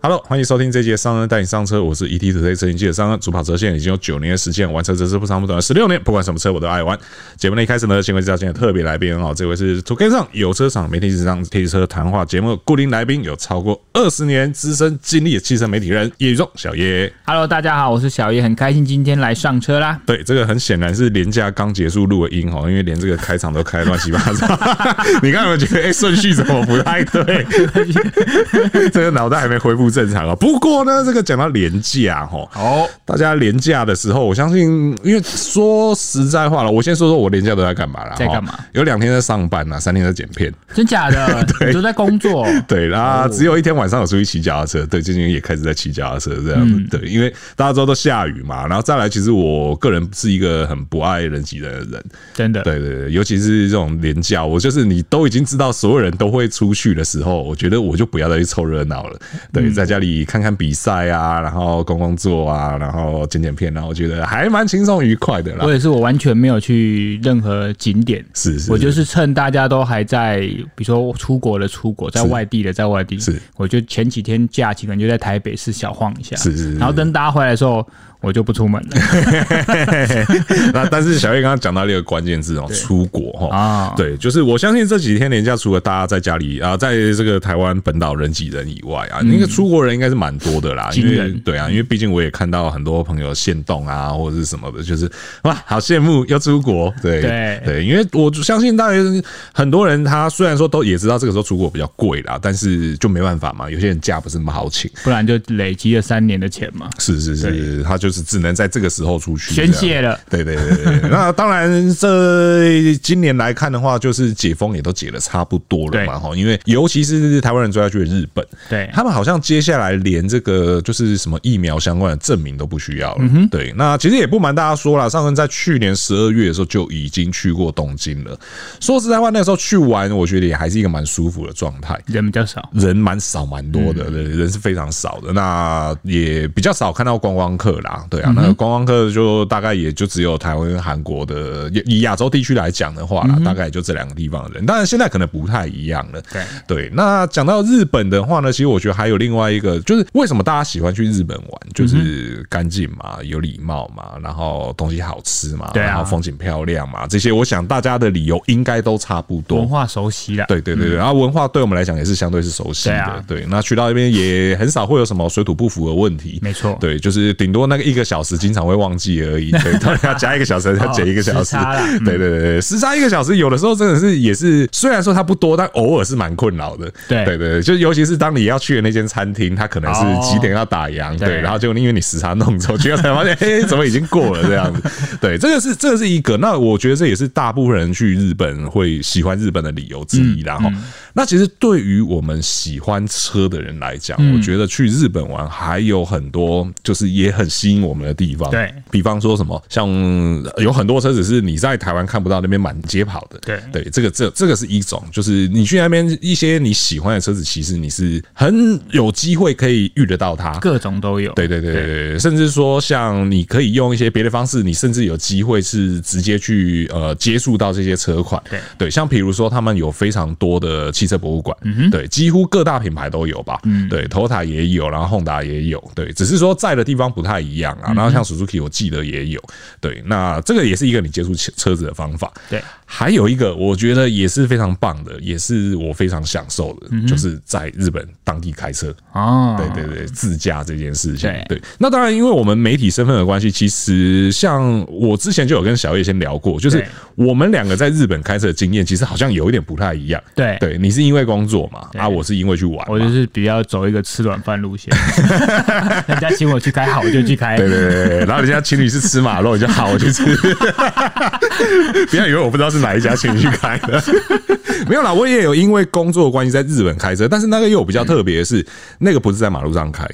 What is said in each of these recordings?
Hello，欢迎收听这节商恩带你上车，我是 ET 车车经纪的商恩，主跑车线已经有九年的时间，玩车则是不长不短十六年，不管什么车我都爱玩。节目的一开始呢，先为介绍今天的特别来宾哦，这位是 t o k 上有车厂媒体史上汽车谈话节目的固定来宾，有超过二十年资深经历的汽车媒体人叶宇仲小叶。 Hello，大家好，我是小叶，很开心今天来上车啦。对，这个很显然是廉价刚结束录的音哦，因为连这个开场都开得乱七八糟。 你刚有没有觉得，哎、顺序怎么不太对？ 这个脑袋还没恢复正常啊。不过呢，这个讲到廉价 哦，哦，大家廉价的时候，我相信，因为说实在话了，我先说说我廉价都在干嘛啦？在干齁嘛？有两天在上班呐，三天在剪片。真 假的？你都在工作？对啦，哦只有一天晚上有出去骑脚踏车，对，最近也开始在骑脚踏车这样嗯子。对，因为大家知道都下雨嘛，然后再来，其实我个人是一个很不爱人挤人的人，真的？对对对，尤其是这种廉价，我就是你都已经知道所有人都会出去的时候，我觉得我就不要再去凑热闹了。嗯对，在家里看看比赛啊，然后工工作啊，然后剪剪片，然后我觉得还蛮轻松愉快的啦我。也是，我完全没有去任何景点，是是是我就是趁大家都还在，比如说出国的出国，在外地的在外地，是，我就前几天假期可能就在台北市小晃一下，是是是然后等大家回来的时候，我就不出门了。 那但是小叶刚刚讲到了一个关键字哦，出国哈啊对，就是我相信这几天年假，除了大家在家里啊，在这个台湾本岛人挤人以外啊，那个出国人应该是蛮多的啦，因嗯惊为人对啊，因为毕竟我也看到很多朋友现动啊或者是什么的，就是哇，好羡慕要出国，对对对，因为我相信大家很多人他虽然说都也知道这个时候出国比较贵啦，但是就没办法嘛，有些人假不是那么好请，不然就累积了三年的钱嘛，是是是，他就是只能在这个时候出去宣这样泄了。对对对对，对那当然，这今年来看的话，就是解封也都解的差不多了嘛，哈，因为尤其是台湾人最爱去的日本，对他们好像接下来连这个就是什么疫苗相关的证明都不需要了。对，那其实也不瞒大家说啦，上恩在去年十二月的时候就已经去过东京了。说实在话，那时候去玩，我觉得也还是一个蛮舒服的状态。人比较少，人蛮少蛮多的，嗯对，人是非常少的，那也比较少看到观光客啦，对嗯啊，那个观光客就大概也就只有台湾跟韩国的，以以亚洲地区来讲的话啦，大概也就这两个地方的人，当然现在可能不太一样了，嗯对对。那讲到日本的话呢，其实我觉得还有另外一个，就是为什么大家喜欢去日本玩，嗯就是干净嘛，有礼貌嘛，然后东西好吃嘛，对啊然后风景漂亮嘛，这些我想大家的理由应该都差不多文，化熟悉了。对对对对，然后文化对我们来讲也是相对是熟悉嗯对的啊，对。那去到那边也很少会有什么水土不服的问题，没错对，就是顶多那个一个小时经常会忘记而已，对，当然要加一个小 时，要减一个小时哦时差啦，嗯对对对对，时差一个小时，有的时候真的是也是，虽然说它不多，但偶尔是蛮困扰的，对对对，就尤其是当你要去的那间餐厅，它可能哦是几点要打烊，对，对然后结果因为你时差弄错，结果才发现，哎，怎么已经过了这样 子？对，这个是这个是一个，那我觉得这也是大部分人去日本会喜欢日本的理由之一嗯啦。哈、那其实对于我们喜欢车的人来讲，嗯我觉得去日本玩还有很多就是也很吸引我们的地方，对比方说什么，像有很多车子是你在台湾看不到，那边满街跑的，对对，这个这这个是一种，就是你去那边一些你喜欢的车子，其实你是很有机会可以遇得到它。各种都有。对对对对对，对甚至说像你可以用一些别的方式，你甚至有机会是直接去呃接触到这些车款。对像比如说他们有非常多的汽车博物馆，嗯对，几乎各大品牌都有吧。嗯，对，Toyota 也有，然后 Honda 也有，对，只是说在的地方不太一样嗯啊。然后像 Suzuki 我记得也有，对，那这个也是一个你接触车车子的方法。对，还有一个我觉得也是非常棒的，也是我非常享受的，嗯就是在日本当地开车。哦，对对对，自驾这件事情对，对。那当然，因为我们媒体身份的关系，其实像我之前就有跟小叶先聊过，就是对我们两个在日本开车的经验，其实好像有一点不太一样。对对，你是因为工作嘛，啊，我是因为去玩我嘛就。是比较走一个吃软饭路线， 人家请我去开好，我就去开。对对对，对然后人家情侣是吃马肉，你就好，我去吃。不要以为我不知道是哪一家情侣去开的，没有啦，我也有因为工作的关系在日本开车，但是那个又有比较特别的是，那个不是在马路上开，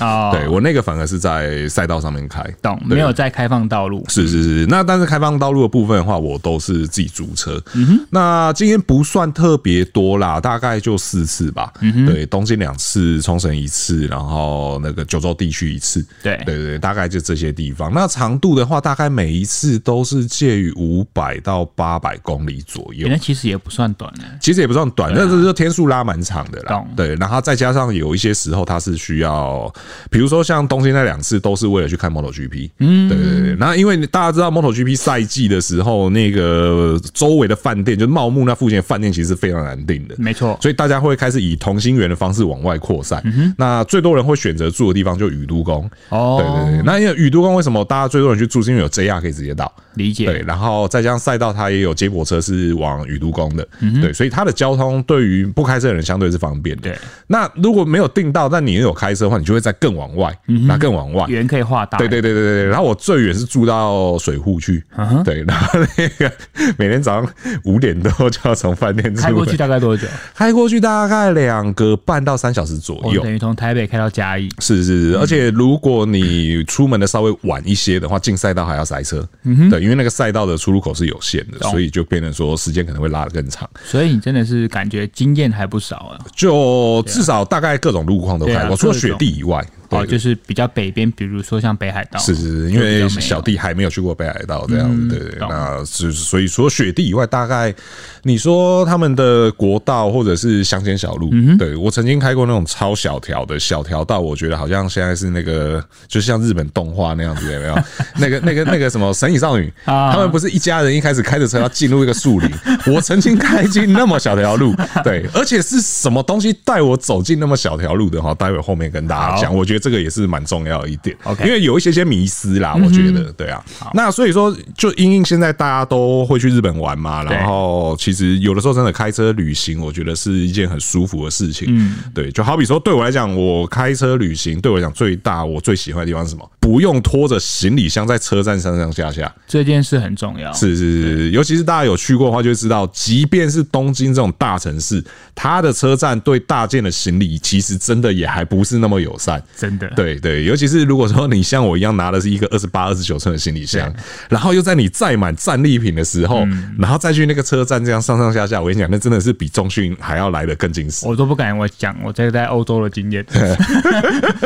哦对我那个反而是在赛道上面开，懂，对没有在开放道路，是是是，那但是开放道路的部分的话，我都是自己租车。嗯哼，那今天不算特别多啦，大概就四次吧。嗯哼，对，东京两次，冲绳一次，然后那个九州地区一次。对对对，大概就这些地方。那长度的话，大概每一次都是介于五百到八百公里左右欸。那其实也不算短欸其实也不算短，但是就天数拉蛮长的啦懂。对，然后再加上有一些时候它是需要，比如说像东京那两次都是为了去看 MotoGP，嗯，对对对。那因为大家知道 MotoGP 赛季的时候，那个周围的饭店，就茂木那附近的饭店，其实是非常难订的。没错，嗯所以大家会开始以同心圆的方式往外扩散。那最多人会选择住的地方就宇都宫。哦，对对对，那因为宇都宫为什么大家最多人去住，是因为有 JR 可以直接到。理解，对，然后再加上赛道，它也有接驳车是往宇都宫的，对，所以它的交通对于不开车的人相对是方便的。嗯对，那如果没有订到，但你又有开车的话，你就会再更往外，嗯那更往外。圆可以画大，对对对对对，然后我最远是住到水户去，嗯对，然后那个每天早上五点多就要从饭店出开过门去大概多久？开过去大概两个半到三小时左我右，等于从台北开到嘉义，是是嗯是，而且如果你出门的稍微晚一些的话，进赛道还要塞车，嗯、对，因为那个赛道的出入口是有限的，懂所以就变成说时间可能会拉得更长。所以你真的是感觉经验还不少啊。就至少大概各种路况都对开啊过，除了雪地以外，哦，对，就对是比较北边，比如说像北海道，是是是，因就为比较没有嗯小弟还没有去过北海道这样子，对对，懂那是所以除了雪地以外，大概你说他们的国道或者是乡间小路，嗯对我曾经开过那种超小条的小条道，我觉得好像现在是那个就像日本动画那样子，有没有？那个那个那个什么神隐少女， 啊他们不是一家人一开始开着车要进入一个 树林，我曾经开进那么小条路，对，而且是什么东西带我走进那么小条路的哈？待会后面跟大家讲，我觉得这个也是蛮重要的一点 OK 嗯因为有一些些迷思啦，我觉得对啊。那所以说，就因应现在大家都会去日本玩嘛，对然后其实有的时候真的开车旅行，我觉得是一件很舒服的事情。嗯，对，就好比说对我来讲，我开车旅行对我来讲最大我最喜欢的地方是什么？不用拖着行李箱在车站上上下下。这件事很重要。是是是，尤其是大家有去过的话，就会知道，即便是东京这种大城市，它的车站对大件的行李其实真的也还不是那么友善。真的，对对，尤其是如果说你像我一样拿的是一个二十八、二十九寸的行李箱，然后又在你载满战利品的时候，嗯然后再去那个车站这样上上下下，我跟你讲，那真的是比重训还要来的更精实。我都不敢我讲我这个在欧洲的经验，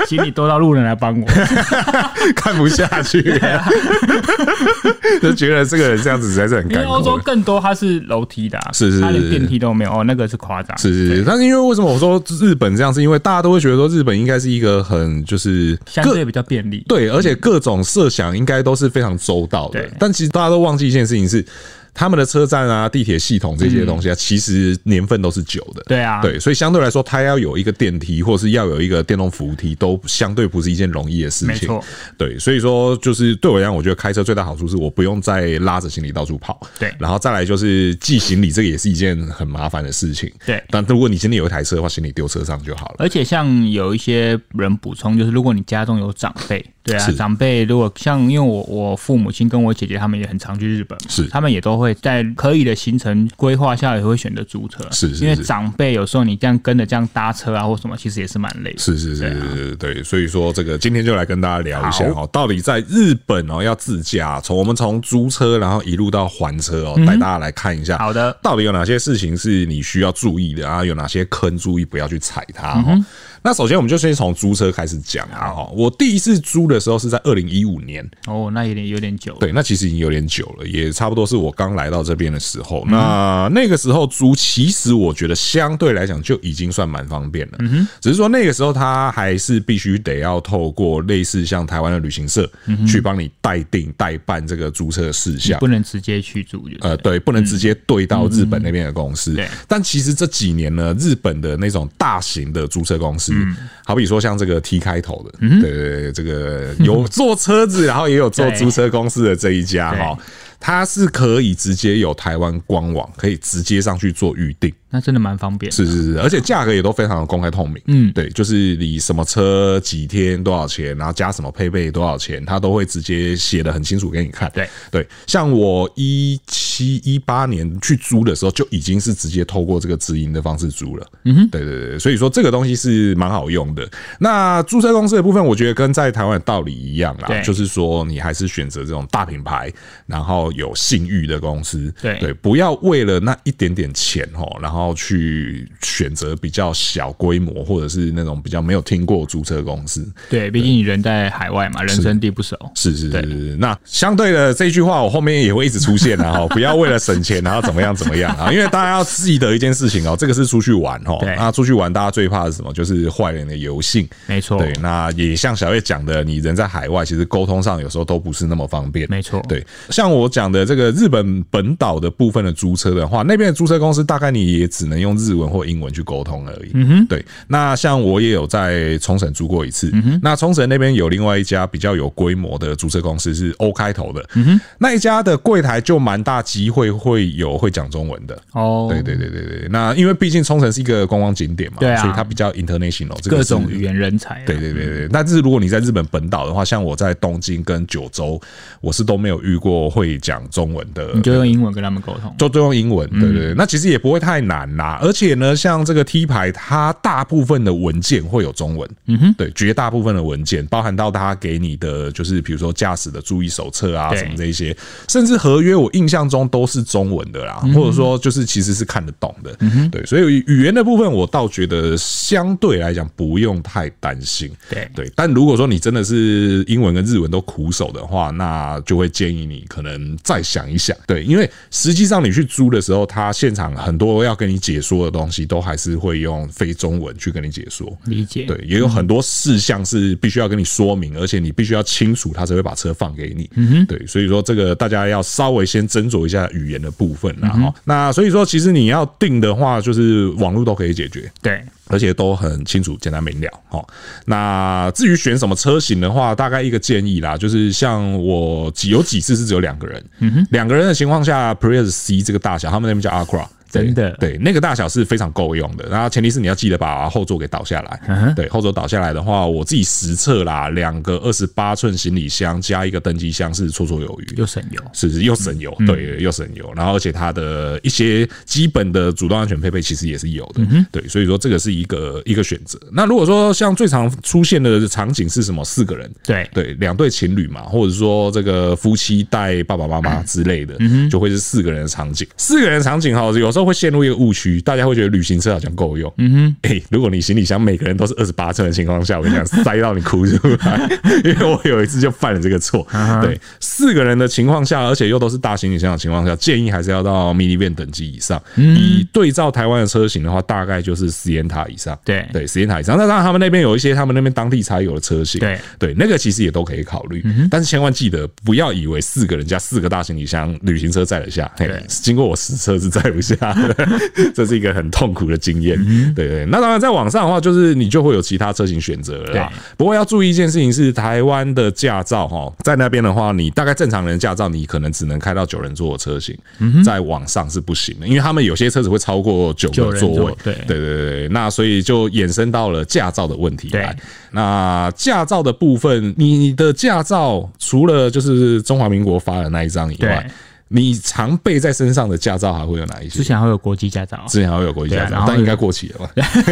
请你多到路人来帮我。 看不下去，啊 就觉得这个人这样子实在是很因为干欧洲枯。更多它是楼梯的、啊，是是它是连是电梯都没有，哦，那个是夸张。是是是，但是因为为什么我说日本这样，是因为大家都会觉得说日本应该是一个很就是相各对比较便利。对，而且各种设想应该都是非常周到的对。但其实大家都忘记一件事情是，他们的车站啊、地铁系统这些东西啊，其实年份都是久的。嗯对啊，对，所以相对来说，它要有一个电梯，或是要有一个电动扶梯，都相对不是一件容易的事没情。错，对，所以说就是对我来讲，我觉得开车最大好处是我不用再拉着行李到处跑。对然后再来就是寄行李，这个也是一件很麻烦的事情。对但如果你今天有一台车的话，行李丢车上就好了。而且像有一些人补充，就是如果你家中有长辈，对啊是，长辈如果像因为我我父母亲跟我姐姐他们也很常去日本，是他们也都会在可以的行程规划下也会选择租车，是是因为是长辈有时候你这样跟着这样搭车啊或什么，其实也是蛮累的。是是是是是，对，所以说这个今天就来跟大家聊一下啊好哦，到底在日本哦要自驾，从我们从租车然后一路到还车哦，带大家来看一下。嗯好的到底有哪些事情是你需要注意的啊？有哪些坑注意不要去踩它嗯哦？那首先我们就先从租车开始讲啊。哦我第一次租的时候是在二零一五年，哦，那有点有点久了。对，那其实已经有点久了，也差不多是我刚来到这边的时候。那那个时候租，其实我觉得相对来讲就已经算蛮方便了。只是说那个时候他还是必须得要透过类似像台湾的旅行社、去帮你代订代办这个租车的事你项。不能直接去租，就是、呃，对，不能直接对到日本那边的公司。对但其实这几年呢，日本的那种大型的租车公司，好比说像这个 T 开头的，对对对，这个有做车子，然后也有做租车公司的这一家对哈。它是可以直接有台湾官网，可以直接上去做预定。那真的蛮方便。是是是，而且价格也都非常的公开透明。嗯对，就是你什么车几天多少钱，然后加什么配备多少钱，它都会直接写的很清楚给你看。对对，像我一七一八年去租的时候，就已经是直接透过这个直营的方式租了。嗯哼，对对对，所以说这个东西是蛮好用的。那注册公司的部分，我觉得跟在台湾的道理一样啦，对就是说你还是选择这种大品牌，然后有信誉的公司。对对，不要为了那一点点钱哦，然后去选择比较小规模或者是那种比较没有听过的租车公司。对，毕竟你人在海外嘛，人生地不熟。是是是对是是，那相对的这句话我后面也会一直出现啊， 哈，不要为了省钱然后怎么样怎么样啊，因为大家要记得一件事情哦，这个是出去玩哦，对那出去玩大家最怕的是什么？就是坏人的油性。没错，对，那也像小月讲的，你人在海外，其实沟通上有时候都不是那么方便。没错，对，像我讲的这个日本本岛的部分的租车的话，那边的租车公司大概你也只能用日文或英文去沟通而已。嗯哼，对。那像我也有在冲绳租过一嗯次，那冲绳那边有另外一家比较有规模的租车公司是 O 开头的，嗯哼，那一家的柜台就蛮大机会会有会讲中文的。哦，对对对对对，那因为毕竟冲绳是一个观光景点嘛，对啊所以它比较 international，这个各是种语言人才啊，对对对对，但是如果你在日本本岛的话，像我在东京跟九州，我是都没有遇过会讲中文的，你就用英文跟他们沟通。都都用英文。对对对，那其实也不会太难啦。而且呢，像这个 T 牌，它大部分的文件会有中文，嗯哼，对，绝大部分的文件，包含到它给你的就是比如说驾驶的注意手册啊对什么这一些，甚至合约，我印象中都是中文的啦，或者说就是其实是看得懂的。对，所以语言的部分，我倒觉得相对来讲不用太担心。对对，但如果说你真的是英文跟日文都苦手的话，那就会建议你可能再想一想。对，因为实际上你去租的时候，他现场很多要跟你解说的东西，都还是会用非中文去跟你解说。理解。对，也有很多事项是必须要跟你说明，而且你必须要清楚，他才会把车放给你。嗯对，所以说这个大家要稍微先斟酌一下语言的部分啦。哈、那所以说，其实你要定的话，就是网络都可以解决。对而且都很清楚、简单明了。哦，那至于选什么车型的话，大概一个建议啦，就是像我几有几次是只有两个人，嗯两、个人的情况下，Prius C 这个大小，他们那边叫 Acura。对真的对，那个大小是非常够用的。然后前提是你要记得把后座给倒下来。嗯对，后座倒下来的话，我自己实测啦，两个二十八寸行李箱加一个登机箱是绰绰有余。又省油。是是又省油，对，又省油。然后而且它的一些基本的主动安全配备其实也是有的，对，所以说这个是一个一个选择。那如果说像最常出现的场景是什么？四个人。对对，两对情侣嘛，或者说这个夫妻带爸爸妈妈之类的，就会是四个人的场景。四个人的场景哈，有时候会陷入一个误区，大家会觉得旅行车好像够用。嗯哼，哎，如果你行李箱每个人都是二十八寸的情况下，我跟你讲，塞到你哭出来， 因为我有一次就犯了这个错。对，四个人的情况下，而且又都是大行李箱的情况下，建议还是要到 minivan 等级以上。以对照台湾的车型的话，大概就是实验塔以上。对对，实验塔以上。那当然，他们那边有一些他们那边当地才有的车型。对对，那个其实也都可以考嗯虑，但是千万记得不要以为四个人加四个大行李箱，旅行车载得下。嘿对经过我实测是载不下的， 这是一个很痛苦的经嗯验。对对，那当然在网上的话，就是你就会有其他车型选择了啦对。不过要注意一件事情是，台湾的驾照哈，在那边的话，你大概正常人驾照，你可能只能开到九人座的车型，嗯在网上是不行的，因为他们有些车子会超过九九个人座座位。对对对对，那所以就衍生到了驾照的问题来对。那驾照的部分，你的驾照除了就是中华民国发的那一张以啊外对，你常备在身上的驾照还会有哪一些之？前还有国际驾照。之前还会有国际驾对啊照然，后但应该过期了吧？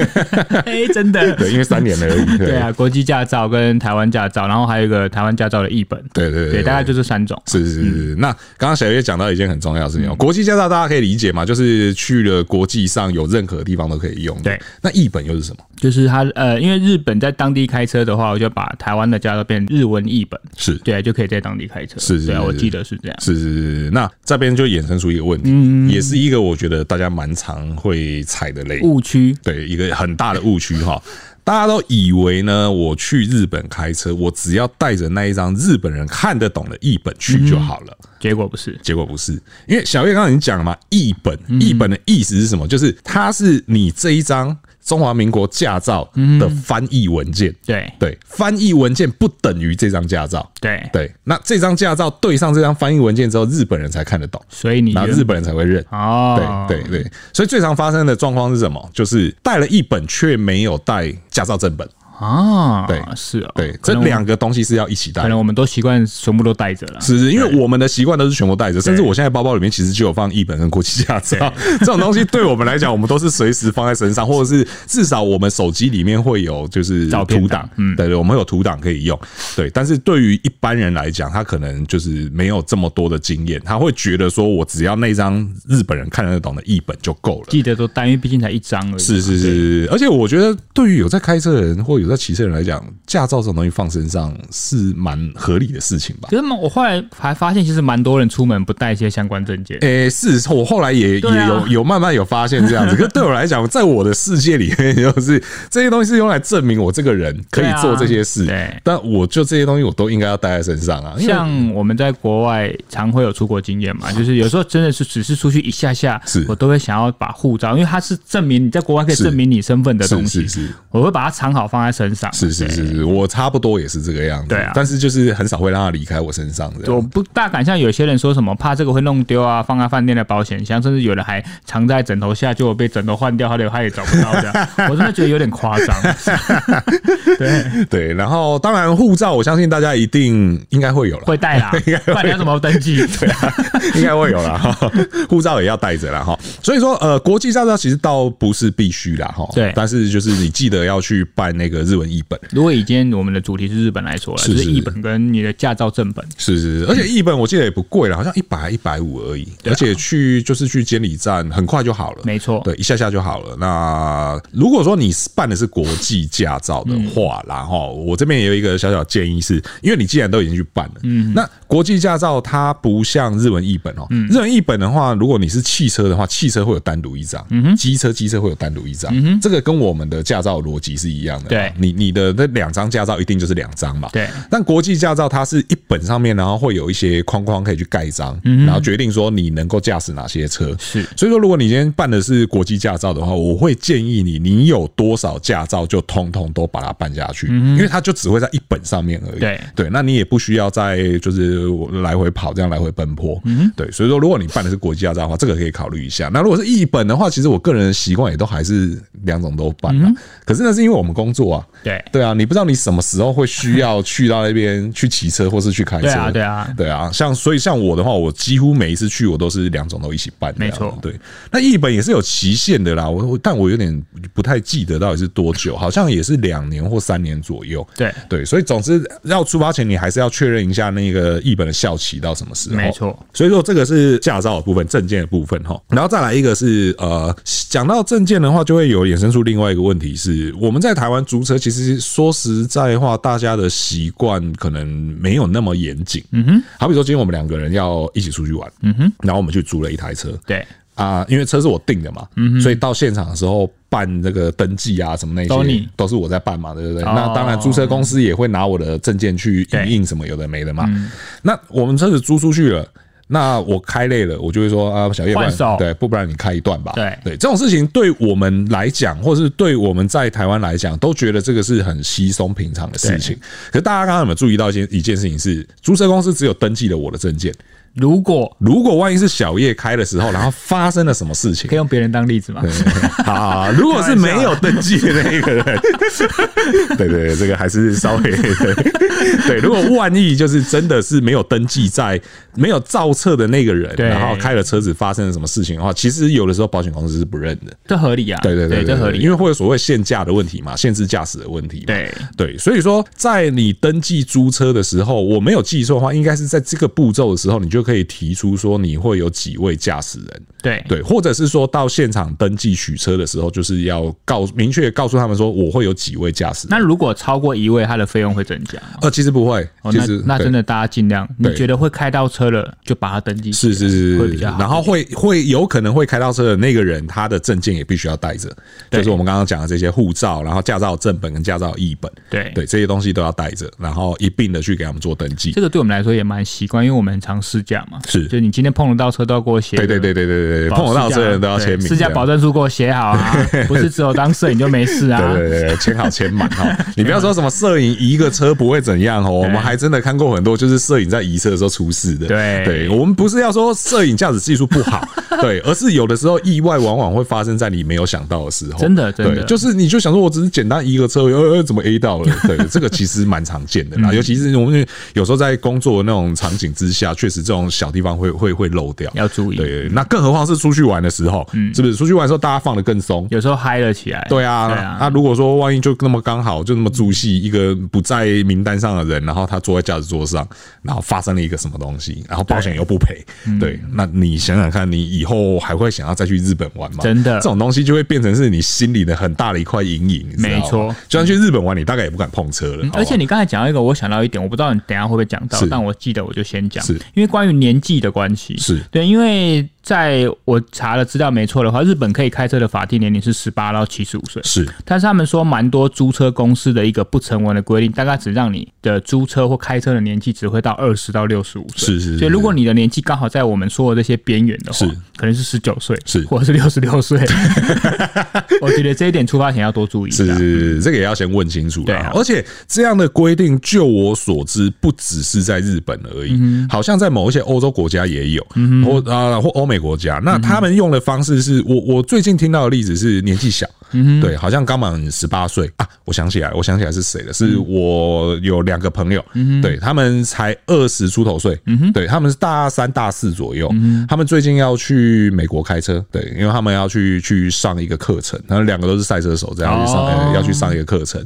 哎，真的。 对，因为三年了而已。 对啊，国际驾照跟台湾驾照，然后还有一个台湾驾照的译本。对对对对，大概就这三种。是是是是，那刚刚小月讲到一件很重要的事情嗯哦，国际驾照大家可以理解嘛，就是去了国际上有任何地方都可以用的。对，那译本又是什么？就是他呃，因为日本在当地开车的话，我就把台湾的驾照变日文译本，是对，就可以在当地开车。是是对啊，是我是记得是这样。是是是，是那这边就衍生出一个问题，嗯也是一个我觉得大家蛮常会踩的雷，误区，对，一个很大的误区哈。 大家都以为呢，我去日本开车，我只要带着那一张日本人看得懂的译本去就好了。结果不是。结果不是，因为小月刚刚已经讲了嘛，译本，译本的意思是什么？就是它是你这一张中华民国驾照的翻译文件。对对，翻译文件不等于这张驾照。对，对，那这张驾照对上这张翻译文件之后，日本人才看得懂，所以你然后原日本人才会认。哦，对对对，所以最常发生的状况是什么？就是带了一本却没有带驾照正本。啊，对是哦，对，可这能我两个东西是要一起带可的。能我们都习惯全部都带着了，是是，因为我们的习惯都是全部带着，甚至我现在包包里面其实就有放一本跟国际驾 照这种东西，对我们来讲，我们都是随时放在身上，或者是至少我们手机里面会有就是照片嗯图档档，对对，我们有图档可以用，对。但是对于一般人来讲，他可能就是没有这么多的经验，他会觉得说我只要那张日本人看得懂的译本就够了。记得都带，因为毕竟才一张而已嘛。是是是，而且我觉得对于有在开车的人或有在骑车的人来讲，驾照这种东西放身上是蛮合理的事情吧。可是嘛，我后来还发现，其实蛮多人出门不带一些相关证件。诶、是我后来也、对也啊有有慢慢有发现这样 子，可是对我来讲，在我的世界里面， 就是这些东西是用来证明我这个人可以对啊做这些事，对但我就这些东西我都应该要带在身上啊，因为。像我们在国外常会有出国经验嘛，就是有时候真的是只是出去一下下是，我都会想要把护照，因为它是证明你在国外可以是证明你身份的东是西是，是我会把它藏好放在身上。是是对，是是，我差不多也是这个样子，对啊但是就是很少会让它离开我身上这我样。不大敢像有些人说什么怕这个会弄丢啊，放在饭店的保险箱，甚至有人还藏在枕头下，结果被枕头换掉，他的他也找不到 这样，我真的觉得有点夸张。对，对，然后当然护照，我相信大家一定应该会有了，会带 啦，不然你要怎么登记？对啊，应该会有啦， 哈，护照也要带着啦哈。所以说，呃，国际驾照其实倒不是必须啦哈，对但是就是你记得要去办那个日文译本，如果以今天我们的主题是日本来说了，是哦就是是译本跟你的驾照正本，是是是，而且译本我记得也不贵了，好像一百一百五而已，而且去就是去监理站很快就好了，没错对，一下下就好了。那如果说你办的是国际驾照的话啦，嗯然后我这边也有一个小小建议是，因为你既然都已经去办了，嗯，那国际驾照它不像日文译本哦，嗯日文译本的话，如果你是汽车的话，汽车会有单独一张，嗯机车机车会有单独一张，这个跟我们的驾照逻辑是一样的，对你你的那两张驾照一定就是两张嘛，对但国际驾照它是一本上面，然后会有一些框框可以去盖章，然后决定说你能够驾驶哪些车。嗯是所以说，如果你今天办的是国际驾照的话，我会建议你，你有多少驾照就通通都把它办下去，因为它就只会在一本上面而已。嗯对对，那你也不需要再就是我来回跑，这样来回奔波。嗯对，所以说，如果你办的是国际驾照的话，这个可以考虑一下。那如果是译本的话，其实我个人的习惯也都还是两种都办嗯啦。可是那是因为我们工作啊，对对啊，你不知道你什么时候会需要去到那边去骑车或是去开车。对啊对啊对啊。像所以像我的话，我几乎每一次去我都是两种都一起办。没错对。那译本也是有期限的啦，我我但我有点不太记得到底是多久，好像也是两年或三年左右。对对，所以总之要出发前，你还是要确认一下那个译本的效期到什么时候。没错，所以说这个是驾照的部分，证件的部分哈。然后再来一个是呃，讲到证件的话，就会有衍生出另外一个问题是，我们在台湾租车，其实说实在话，大家的习惯可能没有那么严谨。嗯哼，好比说今天我们两个人要一起出去玩，嗯哼，然后我们去租了一台车，对，啊、因为车是我订的嘛，嗯所以到现场的时候办这个登记啊什么那些，都你都是我在办嘛，对不对？哦那当然，租车公司也会拿我的证件去影印什么有的没的嘛。嗯那我们车子租出去了。那我开累了，我就会说啊，小叶，不然换手对，不不然你开一段吧。对对，这种事情对我们来讲，或是对我们在台湾来讲，都觉得这个是很稀松平常的事情。可是大家刚刚有没有注意到一件一件事情是，租车公司只有登记了我的证件，如果如果万一是小叶开的时候，然后发生了什么 事情可以，用别人当例子嘛，啊，如果是没有登记的那一个人，对对对，这个还是稍微对。如果万一就是真的是没有登记在没有造册的那个人，对然后开了车子发生了什么事情的话，其实有的时候保险公司是不认的。这合理啊，对对对这合因理，为会有所谓限价的问题嘛，限制驾驶的问题嘛。对对，所以说在你登记租车的时候，我没有记错的话，应该是在这个步骤的时候，你就可以提出说你会有几位驾驶人。对对，或者是说到现场登记取车的时候，就是要告明确告诉他们说我会有几位驾驶人。那如果超过一位，它的费用会增加吗。呃，其实不会，哦，其那实那对真的大家尽量，你对觉得会开到车了，就把它登记起是来，是是会是比是，较好然后会会有可能会开到车的那个人，他的证件也必须要带着，对就是我们刚刚讲的这些护照，然后驾照正本跟驾照译本，对对这些东西都要带着，然后一并的去给他们做登记。这个对我们来说也蛮习惯，因为我们很常试价嘛，是就你今天碰得到车都要给我写，对对对对对对对，碰得到车的人都要签名，私家保证书给我写好 啊，不是只有当摄影就没事啊。对对对，签好签满哈。 你不要说什么摄影移个车不会怎样哦，我们还真的看过很多，就是摄影在移车的时候出事的。对对，我们不是要说摄影驾驶技术不 好，对，而是有的时候意外往往会发生在你没有想到的时候。真的真的对就是你就想说我只是简单移个车，呃呃，怎么 A 到 了？对，这个其实蛮常见的啦，嗯尤其是我们有时候在工作的那种场景之下，确实这种小地方会会会漏掉。要注意对，那更何况是出去玩的时候，嗯是不是？出去玩的时候大家放的更松，有时候嗨了起来。对啊，对那、啊如果说万一就那么刚好就那么主戏一个不在名单上的人，然后他坐在驾驶桌上，然后发生了一个什么东西，然后保险又不赔，嗯对，那你想想看，你以后还会想要再去日本玩吗？真的这种东西就会变成是你心里的很大的一块阴影，你知道吗没错，就算去日本玩，你大概也不敢碰车了，嗯好吧而且你刚才讲到一个，我想到一点，我不知道你等一下会不会讲到是，但我记得我就先讲是，因为关于年纪的关系，是对，因为在我查了资料没错的话，日本可以开车的法定年龄是十八到七十五岁，是但是他们说蛮多租车公司的一个不成文的规定，大概只让你的租车或开车的年纪只会到二十到六十五岁。是是是所以如果你的年纪刚好在我们说的这些边缘的话是，可能是十九岁，是或者是六十 六岁。我觉得这一点出发前要多注意一下。是是是，这个也要先问清楚啦对啊而且这样的规定，就我所知，不只是在日本而已，嗯好像在某一些欧洲国家也有，或啊、或欧美国家。嗯那他们用的方式是我我最近听到的例子是年纪小，嗯对，好像刚满十八岁啊，我想起来，我想起来是谁了？是嗯我有两个朋友，对他们才二十出头岁，嗯对他们是大三大四左右，他们最近要去美国开车，对，因为他们要去去上一个课程，然后两个都是赛车手，这样要去上、呃哦要去上一个课程。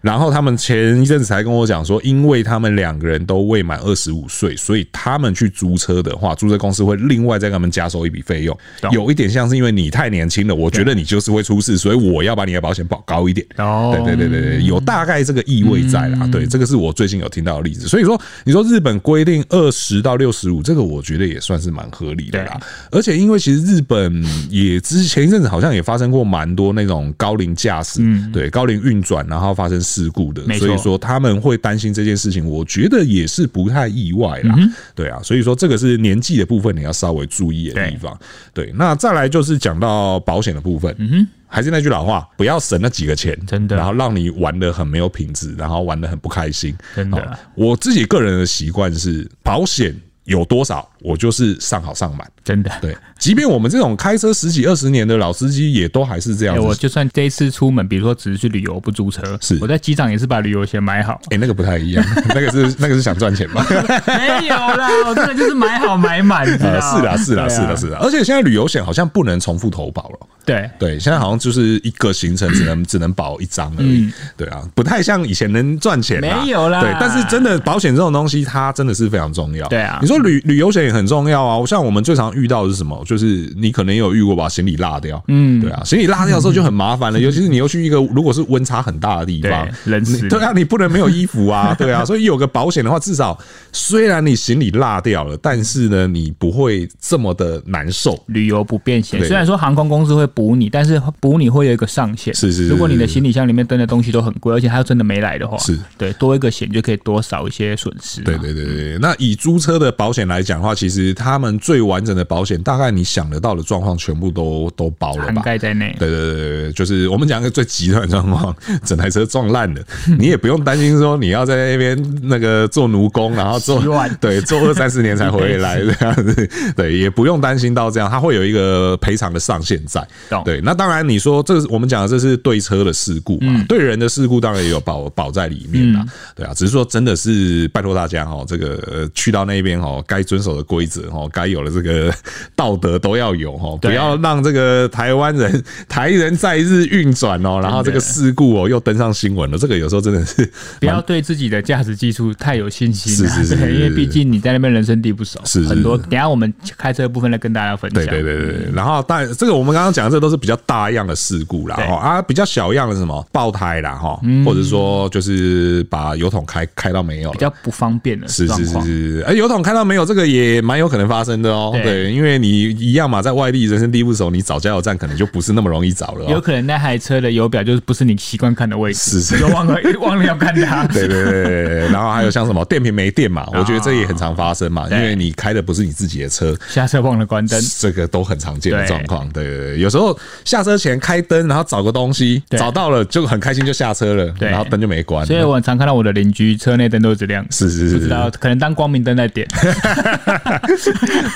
然后他们前一阵子才跟我讲说，因为他们两个人都未满二十五岁，所以他们去租车的话，租车公司会另外再给他们加收一笔费用。懂有一点像是因为你太年轻了，我觉得你就是会出事，所以我要把你的保险保高一点。哦嗯对对对对对，有大概这个意味在啦。对，这个是我最近有听到的例子。所以说，你说日本规定二十到六十五，这个我觉得也算是蛮合理的啦。而且因为其实日本 也之前一阵子好像也发生过蛮多那种高龄驾驶，对高龄运转然后发生事故的，嗯没错所以说他们会担心这件事情，我觉得也是不太意外啦。嗯对啊，所以说这个是年纪的部分你要稍微注意的地方。对，那再来就是讲到保险的部分，嗯哼。还是那句老话，不要省那几个钱，真的然后让你玩的很没有品质，然后玩的很不开心，真的好我自己个人的习惯是，保险有多少，我就是上好上满。真的。 对，即便我们这种开车十几二十年的老司机，也都还是这样哎，子。我就算这一次出门，比如说只是去旅游不租车，是，我在机场也是把旅游险买好哎、那个不太一样， 那个是那个是想赚钱吧？没有啦，我真的就是买好买满，你知道呃，吗是啦，是啦，对啊是啦，是啦。而且现在旅游险好像不能重复投保了。对，啊对，现在好像就是一个行程只能只能保一张而已。对啊，不太像以前能赚钱啦。嗯没有啦对，但是真的保险这种东西，它真的是非常重要。对啊你说旅旅游险也很重要啊。像我们最常遇到的是什么？就是你可能也有遇过把行李落掉。嗯，对啊，行李落掉的时候就很麻 烦了，尤其是你又去一个如果是温差很大的地方，对冷死你对啊，你不能没有衣服 啊，对啊，所以有个保险的话，至少虽然你行李落掉了，但是呢，你不会这么的难受。旅游不便险，对虽然说航空公司会补你，但是补你会有一个上限。是是是如果你的行李箱里面登的东西都很贵，而且它又真的没来的话，是对多一个险就可以多少一些损失嘛。对啊对对对对，那以租车的保险来讲的话，其实他们最完整的保险，大概你想得到的状况全部都都包了涵吧？盖在内。对对对对对，就是我们讲一个最极端的状况，整台车撞烂 了，你也不用担心说你要在那边那个做奴工，然后做洗碗对做二三十年才回 来这样子，对，也不用担心到这样，它会有一个赔偿的上限在懂。对，那当然你说这是我们讲的这是对车的事故嗯嘛，对人的事故当然也有保保在里面啦，对啊，只是说真的是拜托大家哦，这个呃去到那边哦，该遵守的规则哦，该有的这个道德都要有哦，不对要让这个台湾人 台人在日运转哦，然后这个事故哦又登上新闻了，这个有时候真的是不要对自己的驾驶技术太有信心啊、是是是对是 因为毕竟你在那边人生地不熟，是是很多。等一下我们开车的部分来跟大家分享。对对对对，然后但这个我们刚刚讲讲的这都是比较大样的事故啦，对嗯哦啊，比较小样的是什么爆胎啦，哈，或者说就是把油桶开开到没有比了。较不方便的是状是是况。是，哎、油桶开到没有，这个也蛮有可能发生的哦。对对，因为你一样嘛，在外地人生地不熟，你找加油站可能就不是那么容易找了、有哦。可能那台车的油表就是不是你习惯看的位置，是是你就忘了忘了要看 它。对对对对对对，然后还有像什么电瓶没 电嘛，我觉得这也很常发生嘛，因对为你开的不是你自己的车，下车忘了关灯，这个都很常见的对状况。对对对，有时候下车前开灯，然后找个东西，对找到了就很开心就下车了，对然后灯就没关。所以我很常看到我的邻居车内灯都是这亮，是是不是知是，道可能当光明灯在 点。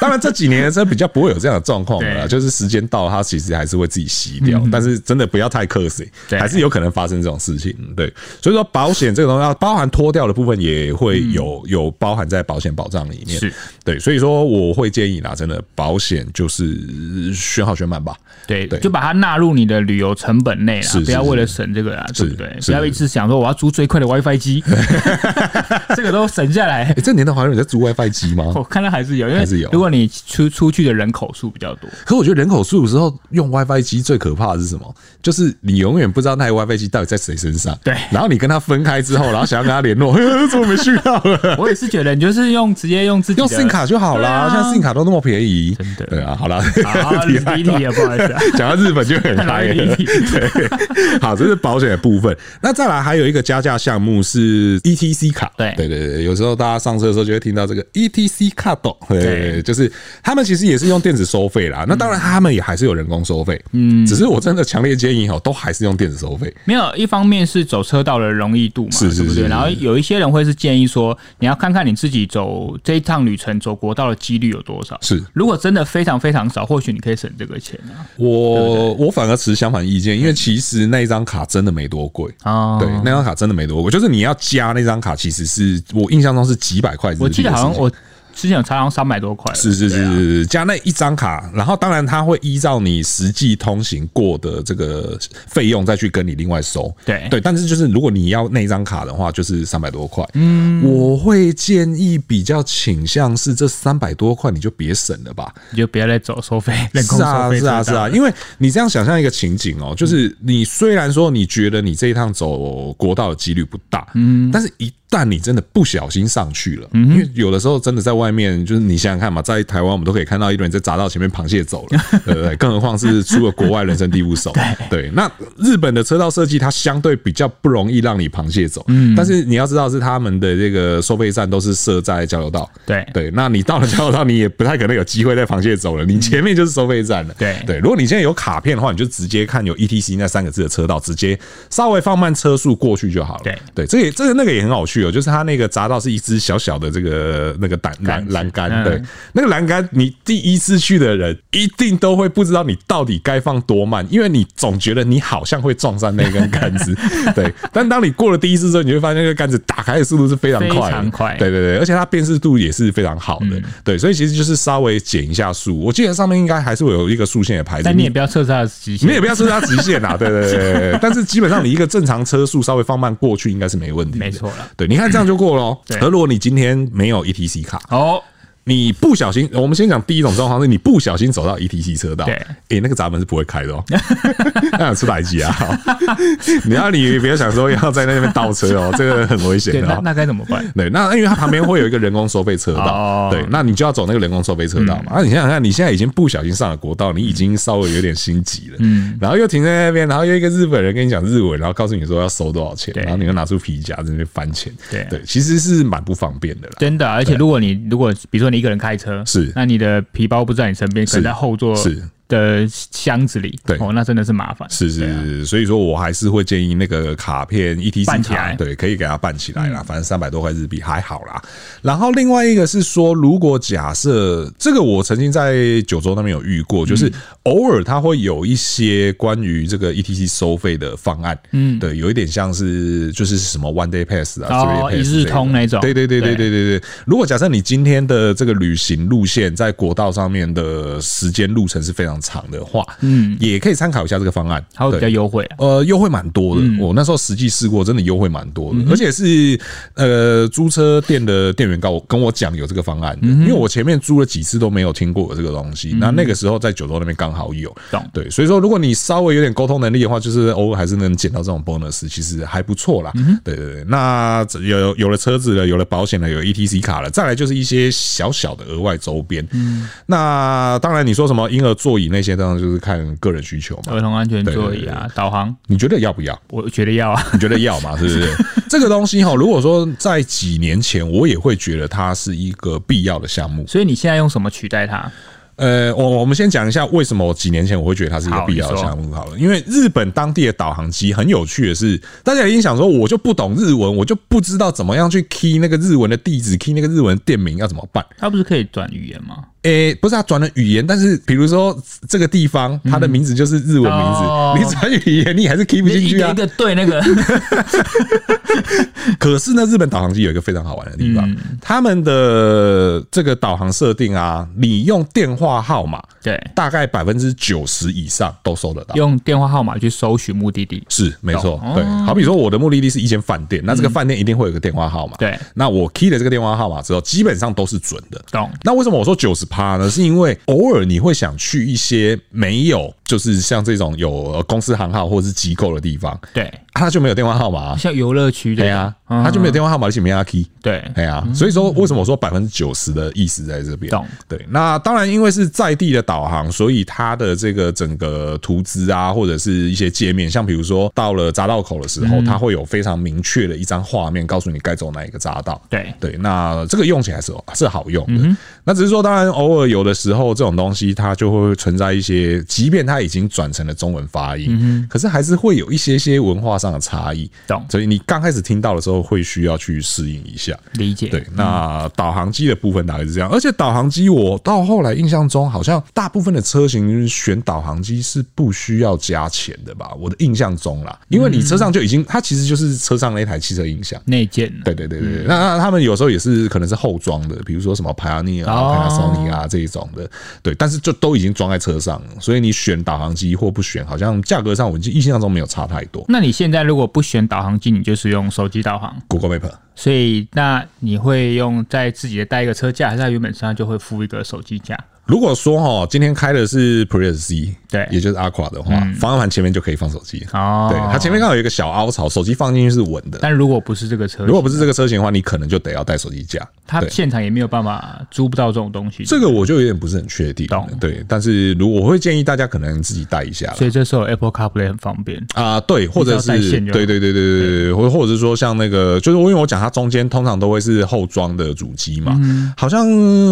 当然这几年的车比较不会有这样的状况了啦，对嗯就是时间到了，它其实还是会自己熄掉，但是真的不要太克谁，对还是有可能发生这种事情。对，所以说保险这个东西，要包含脱掉的部分也会有、有包含在保险保障里面。嗯是对，所以说我会建议啦，真的保险就是选好选满吧。对，对就把它纳入你的旅游成本内是啦是，不要为了省这个啦，是对不对？是不要一直想说我要租最快的 WiFi 机， 这个都省下来 哎、。这年代好像有在租 WiFi 机吗？我看到还是有，因还为是有如果你出出去的人口数比较多，可我觉得人口数的时候用 WiFi 机最可怕的是什么？就是你永远不知道那台 WiFi 机到底在谁身上。对然后你跟他分开之后，然后想要跟他联络， 呵怎么没讯号了？我也是觉得你就是用直接用自己的用 SIM 卡就好啦，对啊现在 SIM 卡都那么便宜。真的对啊，好啦， 啊，离题了，不好意思啊，讲到日本就很 嗨太容易了。离题。对，好，这是保险的部分。那再来还有一个加价项目是 ETC 卡。对对对对，有时候大家上车的时候就会听到这个 ETC 卡懂。对，对嗯就是他们其实也是用电子收费啦。那当然，他们也还是有人工收费。嗯，只是我真的强烈建议哦，都还是用电子收费。没有，一方面是走车道的容易度嘛，是是对不是对？然后有一些人会是建议说，你要看看你自己走这一趟旅程走国道的几率有多少。是如果真的非常非常少，或许你可以省这个钱啊。我我反而持相反意见，因为其实那一张卡真的没多贵。哦对，那张卡真的没多贵，就是你要加那张卡，其实是我印象中是几百块日币的事情。我记得好像我之前有查到三百多块了，是是是对啊是，加那一张卡，然后当然他会依照你实际通行过的这个费用再去跟你另外收。对对，但是就是如果你要那张卡的话，就是三百多块。嗯，我会建议比较倾向是这三百多块你就别省了吧。你就不要再走收费，人工是收啊费是啊车是道啊，因为你这样想象一个情景哦，就是你虽然说你觉得你这一趟走国道的几率不大，嗯，但是一旦你真的不小心上去了，因为有的时候真的在外面，就是你想想看嘛，在台湾我们都可以看到一堆人在匝道前面螃蟹走 了，对不对？更何况是出了国外人生地不熟， 对。那日本的车道设计它相对比较不容易让你螃蟹走，嗯，但是你要知道是他们的这个收费站都是设在交流道，对对，那你到了交流道，你也不太可能有机会带螃蟹走了，你前面就是收费站了。对嗯对，如果你现在有卡片的话，你就直接看有 ETC 那三个字的车道，直接稍微放慢车速过去就好了。对对，这也这个那个也很好去哦，就是它那个匝道是一只小小的这个那个栏栏杆子栏杆，嗯对，那个栏杆，你第一次去的人一定都会不知道你到底该放多慢，因为你总觉得你好像会撞上那根杆 子，对。但当你过了第一次之后，你就会发现那个杆子打开的速度是非常快的，非常快对对对，而且它辨识度也是非常好的，嗯对，所以其实就是稍微减一下速，我记得上面应该还是会有一个速限的牌子，但你也不要测试它的极限，你也不要设它极限 啊，对对对对对。但是基本上你一个正常车速稍微放慢过去，应该是没问题的。没错啦对，你看这样就过喽。对而如果你今天没有 ETC 卡，哦，你不小心，我们先讲第一种状况是你不小心走到 ETC 车道，对诶，那个闸门是不会开的哦， 那有出打击啊！好 你要你不要想说要在那边倒车哦，这个很危险对，的那哦。那该怎么 办？对，那因为它旁边会有一个人工收费车道哦，嗯对，那你就要走那个人工收费车道嘛。啊那、你想想看，你现在已经不小心上了国道，你已经稍微有点心急了，嗯，然后又停在那边，然后又一个日本人跟你讲日文，然后告诉你说要收多少钱，对然后你又拿出皮夹在那边翻钱，对对，其实是蛮不方便的啦。真的啊，而且如果你如果比如说你一个人开车，是那你的皮包不在你身边，可能在后座是的箱子里，对哦，那真的是麻烦。是是对啊是，所以说我还是会建议那个卡片 ETC 办起卡，来嗯对，可以给它办起来啦，反正三百多块日币还好啦。然后另外一个是说，如果假设这个我曾经在九州那边有遇过，就是嗯偶尔它会有一些关于这个 ETC 收费的方案，嗯，对，有一点像是就是什么 One Day Pass 啊，哦 three day pass 一日之类的通那种对对对对对对对对。如果假设你今天的这个旅行路线在国道上面的时间路程是非常长的话，嗯，也可以参考一下这个方案。还有比较对优惠啊。呃，优惠蛮多的。我那时候实际试过，真的优惠蛮多的，而且是呃，租车店的店员告我跟我讲有这个方案的，因为我前面租了几次都没有听过有这个东西。那那个时候在九州那边刚好有懂，对，所以说如果你稍微有点沟通能力的话，就是偶尔还是能捡到这种 bonus，其实还不错啦。对对对，那有有了车子了，有了保险了，有 ETC 卡了，再来就是一些小小的额外周边。那当然你说什么婴儿座椅那些，当然就是看个人需求嘛。儿童安全座对椅对啊，导航，你觉得要不要？我觉得要啊。 你觉得要嘛？是不是？这个东西哈，如果说在几年前，我也会觉得它是一个必要的项目。所以你现在用什么取代它？呃，我我们先讲一下为什么我几年前我会觉得它是一个必要的项目好了，因为日本当地的导航机很有趣的是，大家一定想说，我就不懂日文，我就不知道怎么样去 key 那个日文的地址，key 那个日文店名要怎么办。它不是可以转语言吗？诶、不是他转了语言，但是比如说这个地方，它的名字就是日文名字，哦你转语言你还是 key 不进一去个啊一。个对那个， 可是呢，日本导航机有一个非常好玩的地方，他们的这个导航设定啊，你用电话号码，对，大概百分之九十以上都搜得到。用电话号码去搜寻目的地。是没错懂，对，好比说我的目的地是一间饭店，那这个饭店一定会有一个电话号码，对那我 key 了这个电话号码之后，基本上都是准的。懂那为什么我说九十趴呢？是因为偶尔你会想去一些没有，就是像这种有呃公司行号或者是机构的地方，对，它就没有电话号码啊，像游乐区对啊的呀，嗯它就没有电话号码，你请没有 key。对，哎呀，所以说为什么我说百分之九十的意思在这边？懂对，那当然因为是在地的导航，所以它的这个整个图资啊，或者是一些界面，像比如说到了匝道口的时候，嗯它会有非常明确的一张画面告诉你该走哪一个匝道。对嗯对，那这个用起来是是好用的。那只是说，当然偶尔有的时候这种东西它就会存在一些，即便它已经转成了中文发嗯音，可是还是会有一些些文化上的差异。懂所以你刚开始听到的时候，会需要去适应一下。理解。对，那导航机的部分大概是这样，而且导航机我到后来印象中，好像大部分的车型选导航机是不需要加钱的吧？我的印象中啦，因为你车上就已经，它其实就是车上那台汽车音响。内建的对对对对，对那那他们有时候也是可能是后装的，比如说什么 Pioneer 哦啊、Panasonic 啊这一种的，对，但是就都已经装在车上了，所以你选导航机或不选，好像价格上我印象中没有差太多。那你现在如果不选导航机，你就是用手机导航， Google Map 所以那你会用在自己的带一个车架，还是它原本身上就会附一个手机架？如果说哈，今天开的是 Prius C，对嗯也就是 Aqua 的话，方向盘前面就可以放手机。哦，对，它前面刚好有一个小凹槽，手机放进去是稳的。但如果不是这个车型，如果不是这个车型的话，你可能就得要带手机架。它对现场也没有办法租不到这种东西，这个我就有点不是很确定懂。对，但是如我会建议大家可能自己带一下啦。所以这时候 Apple CarPlay 很方便。啊、对，或者只要带是线就好对对对对对对，或或者是说像那个，就是我因为我讲它中间通常都会是后装的主机嘛，嗯好像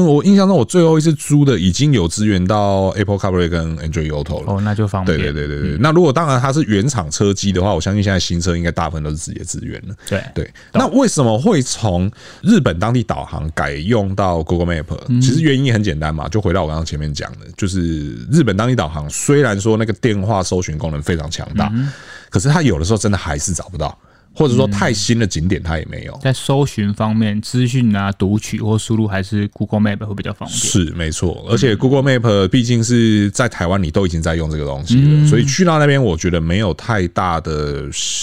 我印象中我最后一次租的已经有支援到 Apple CarPlay 跟 Android Auto 了。哦，那就方对便。对对对对，那如果当然它是原厂车机的话，我相信现在新车应该大部分都是直接支援了。对对，那为什么会从日本当地导航改用到 Google Map？、其实原因也很简单嘛，就回到我刚刚前面讲的，就是日本当地导航虽然说那个电话搜寻功能非常强大，可是它有的时候真的还是找不到，或者说太新的景点它也没有。在搜寻方面，资讯啊、读取或输入还是 Google Map 会比较方便。是没错，嗯而且 Google Map 毕竟是在台湾，你都已经在用这个东西嗯了，所以去到那边，我觉得没有太大的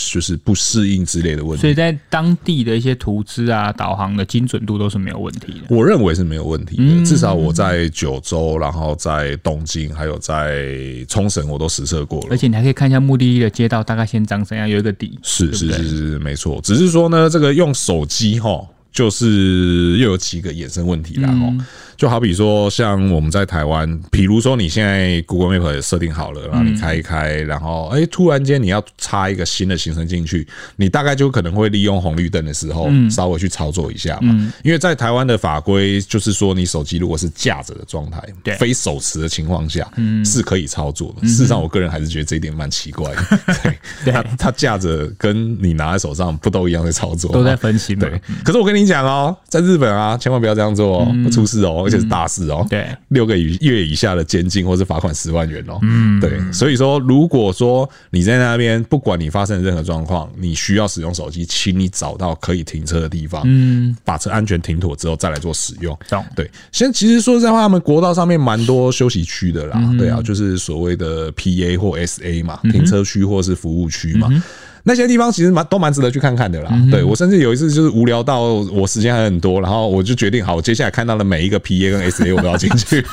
就是不适应之类的问所以题。在当地的一些图资啊、导航的精准度都是没有问题的。我认为是没有问题嗯的，至少我在九州，然后在东京，还有在冲绳，我都实测过了而。且你还可以看一下目的地的街道大概先长怎样，有一个底。是对不是对是是，没错。只是说呢，这个用手机哈，就是又有几个衍生问题啦哈。嗯就好比说，像我们在台湾，比如说你现在 Google Map 也设定好了，然后你开一开，然后哎、突然间你要插一个新的行程进去，你大概就可能会利用红绿灯的时候，稍微去操作一下嘛。因为在台湾的法规就是说，你手机如果是架着的状态，对非手持的情况下，是可以操作的。事实上，我个人还是觉得这一点蛮奇怪的。嗯 对。它它架着跟你拿在手上不都一样在操作吗？都在分心嘛对，可是我跟你讲哦，在日本啊，千万不要这样做哦，会出事哦。而且是大事哦。嗯对，六个以月以下的监禁或是罚款十万元哦。嗯，对，所以说如果说你在那边，不管你发生任何状况，你需要使用手机，请你找到可以停车的地方，嗯，把车安全停妥之后再来做使用。懂对，现在其实说实在话，他们国道上面蛮多休息区的啦，对啊，就是所谓的 PA 或 SA 嘛，停车区或是服务区嘛。那些地方其实蛮都蛮值得去看看的啦。对我甚至有一次就是无聊到我时间还很多，然后我就决定好，我接下来看到的每一个 PA 跟 SA 我都要进去。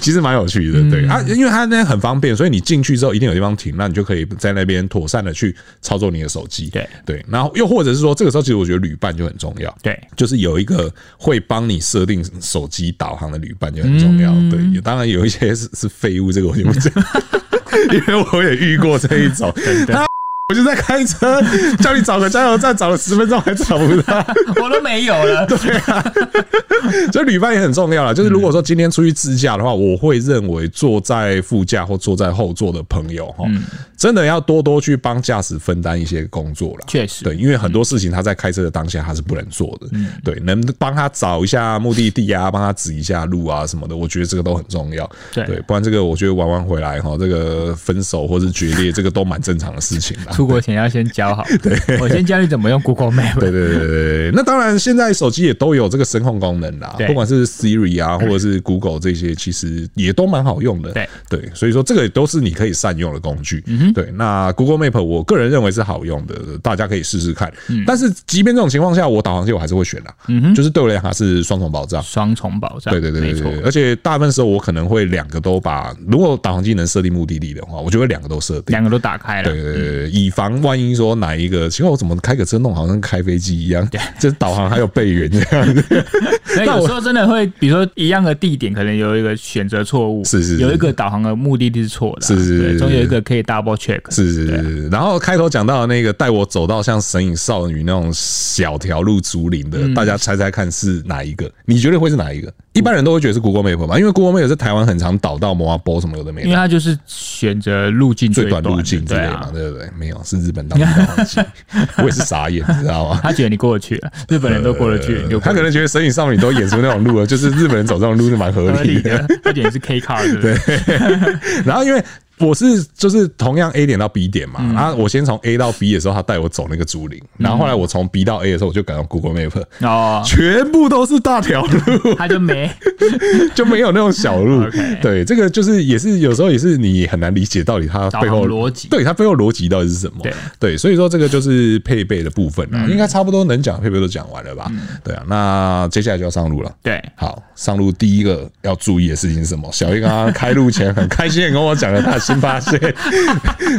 其实蛮有趣的，对啊，因为它那很方便，所以你进去之后一定有地方停，那你就可以在那边妥善的去操作你的手机。对对，然后又或者是说，这个时候其实我觉得旅伴就很重要。对，就是有一个会帮你设定手机导航的旅伴就很重要。对，当然有一些是是废物，这个我就不讲， 因为我也遇过这一种。那 我就在开车，叫你找个加油站，找了十分钟还找不到。我都没有 了。所以旅伴也很重要了。就是嗯如果说今天出去自驾的话，我会认为坐在副驾或坐在后座的朋友哈，嗯真的要多多去帮驾驶分担一些工作啦。确实嗯对，因为很多事情他在开车的当下他是不能做的。对，能帮他找一下目的地啊，帮他指一下路啊什么的，我觉得这个都很重要。对对，不然这个我觉得玩完回来哈，这个分手或是决裂，这个都蛮正常的事情 啦。出国前要先教 好，我先教你怎么用 Google Map。对对对对对，那当然，现在手机也都有这个声控功能啦，对嗯不管是 Siri 啊，或者是 Google 这些，其实也都蛮好用的。对嗯对，所以说这个也都是你可以善用的工具。对，那 Google Map 我个人认为是好用的，大家可以试试看。嗯但是即便这种情况下，我导航器我还是会选啦，就是对我来讲它是双重保障。双重保障，对对对嗯没对错对，，而且大部分时候我可能会两个都把，如果导航机能设定目的地的话，我就会两个都设定。两个都打开了。对对对，以防万一说哪一个，奇怪我怎么开个车弄好像开飞机一样， 就是导航还有备援 这样子。那那我有时候真的会，比如说一样的地点，可能有一个选择错误，是是是有一个导航的目的地是错的啊，是是是对是总有一个可以 double check。是是是是，然后开头讲到的那个带我走到像神隐少女那种小条路竹林的，大家猜猜看是哪一个？你觉得会是哪一个？一般人都会觉得是 Google Map 吧，因为 Google Map 是台湾很常导到摩阿波什么有的没因为的，它就是选择路径最短短路径之对类嘛，啊，对不对？没有，是日本当地导航 机，我也是傻眼，你知道吗？他觉得你过 得去了，日本人都过得去，你就呃他过可得能觉得神隐少女都演出那种路了，就是日本人走这种路是蛮合合理理的。 的，他觉得你是 K car 对不对？然后因为我是就是同样 A 点到 B 点嘛，然后我先从 A 到 B 的时候，他带我走那个竹林，然后后来我从 B 到 A 的时候，我就改用 Google Map，哦，全部都是大条路，他就没 就没有那种小路 OK。对，这个就是也是有时候也是你很难理解到底它背后导航逻辑对它背后逻辑到底是什么对。嗯对，所以说这个就是配备的部分啦，应该差不多能讲的配备都讲完了吧？对啊，那接下来就要上路了。对，好，上路第一个要注意的事情是什么？小叶刚刚开路前很开心的跟我讲了他的新发 现，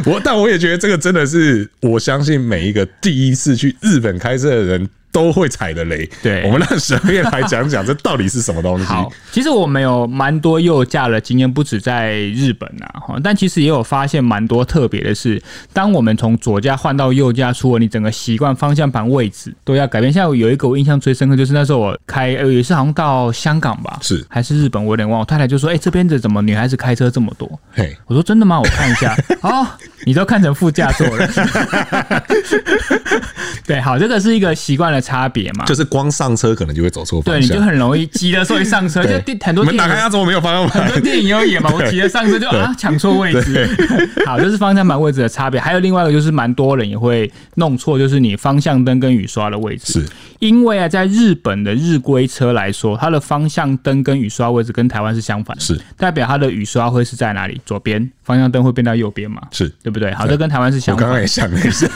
我但我也觉得这个真的是我相信每一个第一次去日本开车的人都会踩的雷。对我们让小叶来讲讲这到底是什么东西。好，其实我们有蛮多右驾的经验，不止在日本啊，哈，但其实也有发现蛮多特别的是，当我们从左驾换到右驾，除了你整个习惯方向盘位置都要改变。像有一个我印象最深刻，就是那时候我开，呃，有一次好像到香港吧，是还是日本，我有点忘了。我太太就说：“哎、这边的怎么女孩子开车这么多？”嘿，我说真的吗？我看一下。 哦，你都看成副驾座了。对，好，这个是一个习惯的差别嘛。就是光上车可能就会走错方对，你向。就很容易急的时候一上车，就对电很多你们电打影开它怎么没有方向很多 盘？电影有演嘛，我骑着上车就啊抢错位置。 好，这是方向盘位置的差别。还有另外一个就是，蛮多人也会弄错，就是你方向灯跟雨刷的位置。是因为啊，在日本的日规车来说，它的方向灯跟雨刷位置跟台湾是相反的，是代表它的雨刷会是在哪里？左边，方向灯会变到右边嘛？是，对不对？好，这跟台湾是我相刚反刚。也想了一 下，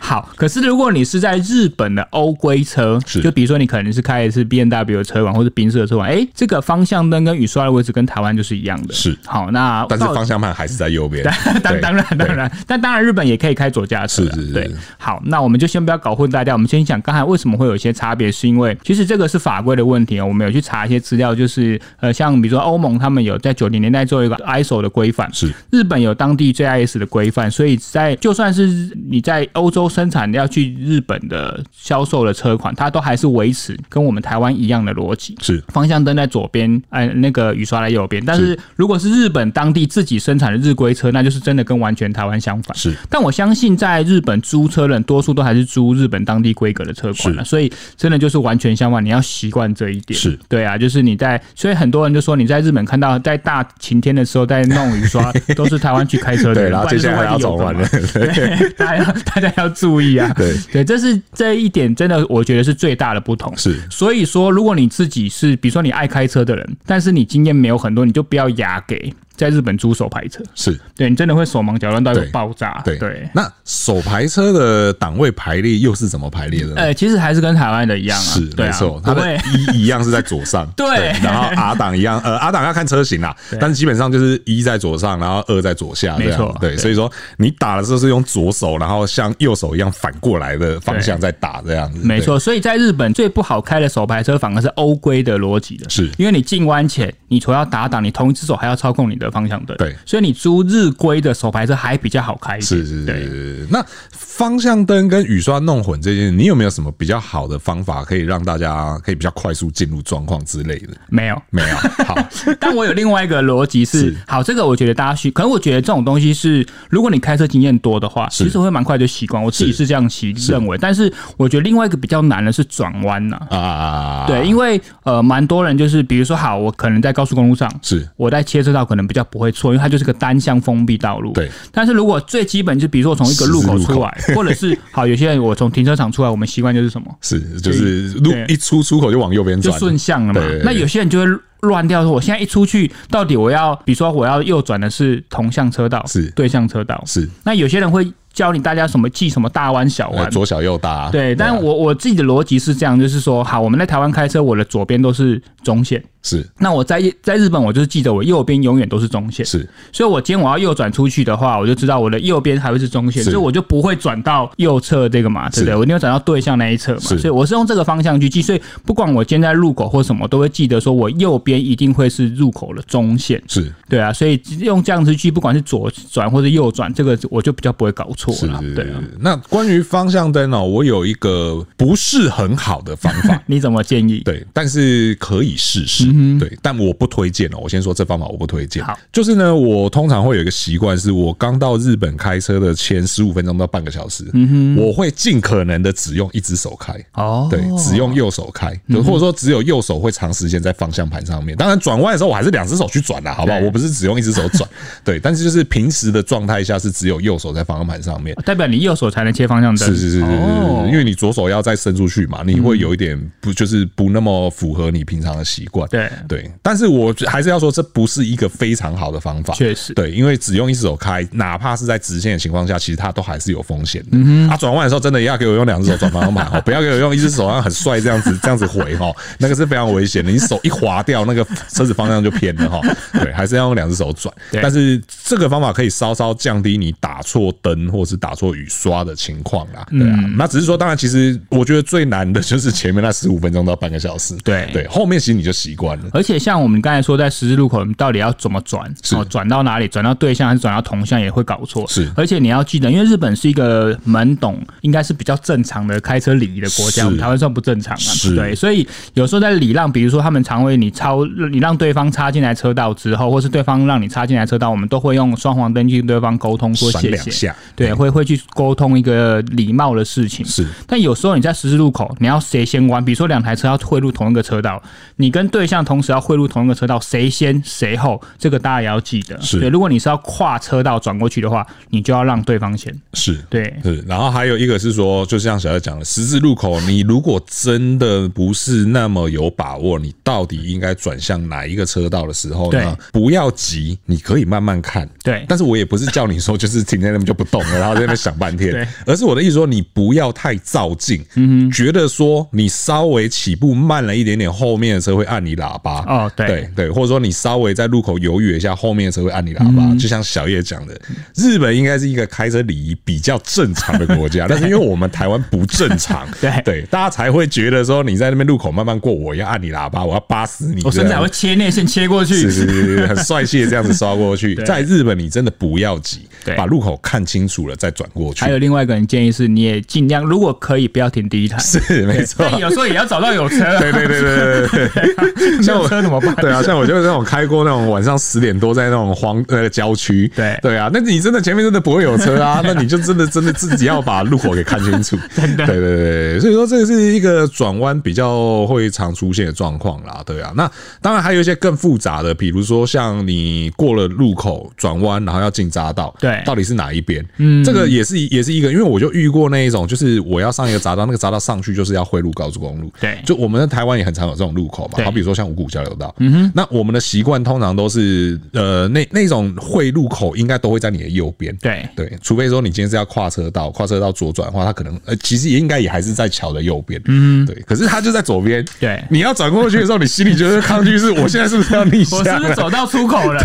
好，可是如果你是在日本的欧规车，是就比如说你可能是开的是 B N W 的车款或者宾士的车款，哎、这个方向灯跟雨刷的位置跟台湾就是一样的。是好，那但是到方向盘还是在右边。 当对当然当然，但当然日本也可以开左驾车啊，是是是对。好，那我们就先不要搞混大家，我们先讲刚才为什么会有一些差别，是因为其实这个是法规的问题啊。我们有去查一些资料，就是呃，像比如说欧盟他们有在九零年代做一个 ISO 的规范，是日本有当地 JIS 的规范，所以在就算是你在欧洲生产要去去日本的销售的车款，它都还是维持跟我们台湾一样的逻辑，是方向灯在左边，哎、那个雨刷在右边。但是如果是日本当地自己生产的日规车，那就是真的跟完全台湾相反。是，但我相信在日本租车的人，多数都还是租日本当地规格的车款了、所以真的就是完全相反，你要习惯这一点。是对啊，就是你在，所以很多人就说你在日本看到在大晴天的时候在弄雨 刷，都是台湾去开车的对，人，然后不接就是下来还外要地走游客完嘛了，对，大家 要大家要注意啊。对对，这是这一点真的，我觉得是最大的不同。是所以说，如果你自己是比如说你爱开车的人，但是你经验没有很多，你就不要压给在日本租手牌车，是，对你真的会手忙脚乱到一个对爆炸。对那手排车的档位排列又是怎么排列的呢？呃，其实还是跟台湾的一样啊，嗯是对没啊错，它不的会。 一一样是在左上，对然后 R 档一样，呃，R 档要看车型啦，但是基本上就是一在左上，然后二在左下，没这样错对，对所以说你打的时候是用左手，然后像右手一样反过来的方向在打，这样子，没对，错，所以在日本最不好开的手排车反而是欧规的逻辑的，是因为你进弯前，你除了要打档，你同一只手还要操控你的方向灯，对所以你租日规的手排车还比较好开一点，是是对是。是。那方向灯跟雨刷弄混这件事，你有没有什么比较好的方法可以让大家可以比较快速进入状况之类的？没有，没 有，好，啊但我有另外一个逻辑是 是，好，这个我觉得大家需，可能我觉得这种东西是，如果你开车经验多的话，是其实会蛮快就习惯，我自己是是这样习认为。但是我觉得另外一个比较难的是转弯呐，啊，对，因为呃，蛮多人就是，比如说，好，我可能在高速公路上，是我在切车道可能比较不会错，因为它就是个单向封闭道路。对。但是如果最基本，就比如说我从一个路口十字路口 出来，或者是好，有些人我从停车场出来，我们习惯就是什么，是，就是路对一出出口就往右边就转，顺向了嘛对对。对那有些人就会乱掉，说我现在一出去，到底我要，比如说我要右转的是同向车道，是对向车道。是那有些人会教你大家什么记什么大弯小呃弯，左小右大，对，但啊我我自己的逻辑是这样，就是说，好，我们在台湾开车，我的左边都是中线，是那我在在日本，我就是记得我右边永远都是中线，是所以我今天我要右转出去的话，我就知道我的右边还会是中线，是所以我就不会转到右侧这个嘛，对不对？是我一定要转到对向那一侧嘛，是所以我是用这个方向去记，所以不管我今天在路口或什么，都会记得说我右边一定会是入口的中线，是对啊，所以用这样子去，不管是左转或者右转，这个我就比较不会搞错是了，对啊。。，那关于方向灯哦，我有一个不是很好的方法你怎么建议？对，但是可以试试，对，但我不推荐哦。我先说这方法我不推荐嗯好，就是呢，我通常会有一个习惯，是我刚到日本开车的前十五分钟到半个小时，嗯我会尽可能的只用一只手开。哦，嗯对，只用右手开，就或者说只有右手会长时间在方向盘上面。当然转弯的时候，我还是两只手去转啦，好不好？对我不是只用一只手转，对。但是就是平时的状态下是只有右手在方向盘上面。代表你右手才能切方向灯，是是是是是哦嗯是，因为你左手要再伸出去嘛，你会有一点不就是不那么符合你平常的习惯。对对，但是我还是要说，这不是一个非常好的方法。确实对，因为只用一只手开，哪怕是在直线的情况下，其实它都还是有风险的。嗯、啊，转弯的时候真的要给我用两只手转方向盘 哦，不要给我用一只手，然后很帅这样子这样子回哦，那个是非常危险的。你手一滑掉，那个车子方向就偏了 哈。对，还是要用两只手转。对但是这个方法可以稍稍降低你打错灯或是打错雨刷的情况啦。嗯对啊，那只是说，当然，其实我觉得最难的就是前面那十五分钟到半个小时。对对，后面其实你就习惯了。而且像我们刚才说，在十字路口，你到底要怎么转？哦，转到哪里？转到对向还是转到同向也会搞错。是而且你要记得，因为日本是一个蛮懂，应该是比较正常的开车礼仪的国是家，我们台湾算不正常啊。是对，所以有时候在礼让，比如说他们常会你超，你让对方插进来车道之后，或是对方让你插进来车道，我们都会用双黄灯去跟对方沟通说闪谢两谢下，对，会会去沟通一个礼貌的事情。是但有时候你在十字路口，你要谁先弯？比如说两台车要汇入同一个车道，你跟对象同时要汇入同一个车道，谁先谁后，这个大家也要记得。是对，如果你是要跨车道转过去的话，你就要让对方先。是，对，是。然后还有一个是说，就像小赖讲的，十字路口，你如果真的不是那么有把握，你到底应该转向哪一个车道的时候呢？不要急，你可以慢慢看。对但是我也不是叫你说就是停在那边就不动了，然后在那边想半天对，嗯而是我的意思说，你不要太照进，觉得说你稍微起步慢了一点点，后面的车会按你喇叭。哦对对对，或者说你稍微在路口犹豫一下，后面的车会按你喇叭。嗯就像小叶讲的，日本应该是一个开车礼仪比较正常的国 家，但是因为我们台湾不正常，对对，大家才会觉得说你在那边路口慢慢过，我要按你喇叭，我要扒死你，我甚至还会切内线切过去是。是是是，很帅气的这样子刷过去。 对在日本，你真的不要急对，把路口看清楚了再转过去还。有另外一个人建议是，你也尽量如果可以不要停第一 台，是没错， 但有时候也要找到有车啊。对对对对对对对，像没有我车怎 么办对啊，像我就是那种开过那种晚上十点多在那种荒呃郊区，对对啊，那你真的前面真的不会有车 啊，那你就真的真的自己要把路口给看清楚，真的，对对对对，所以说这个是一个转弯比较会常出现的状况啦，对啊，那当然还有一些更复杂的，比如说像你过了路口转弯，然后要进匝道，对到底是哪一边？嗯，这个也是也是一个，因为我就遇过那一种，就是我要上一个匝道，那个匝道上去就是要汇入高速公路，对就我们在台湾也很常有这种路口嘛，对好比说像五股交流道，嗯哼，那我们的习惯通常都是呃那那种汇入口应该都会在你的右边，对对，除非说你今天是要跨车道，跨车道左转的话，它可能呃其实也应该也还是在桥的右边，嗯，对，可是它就在左边，对你要转过去的时候，你心里就是抗拒，是我现在是不是要逆向我是不了是？走到出口了？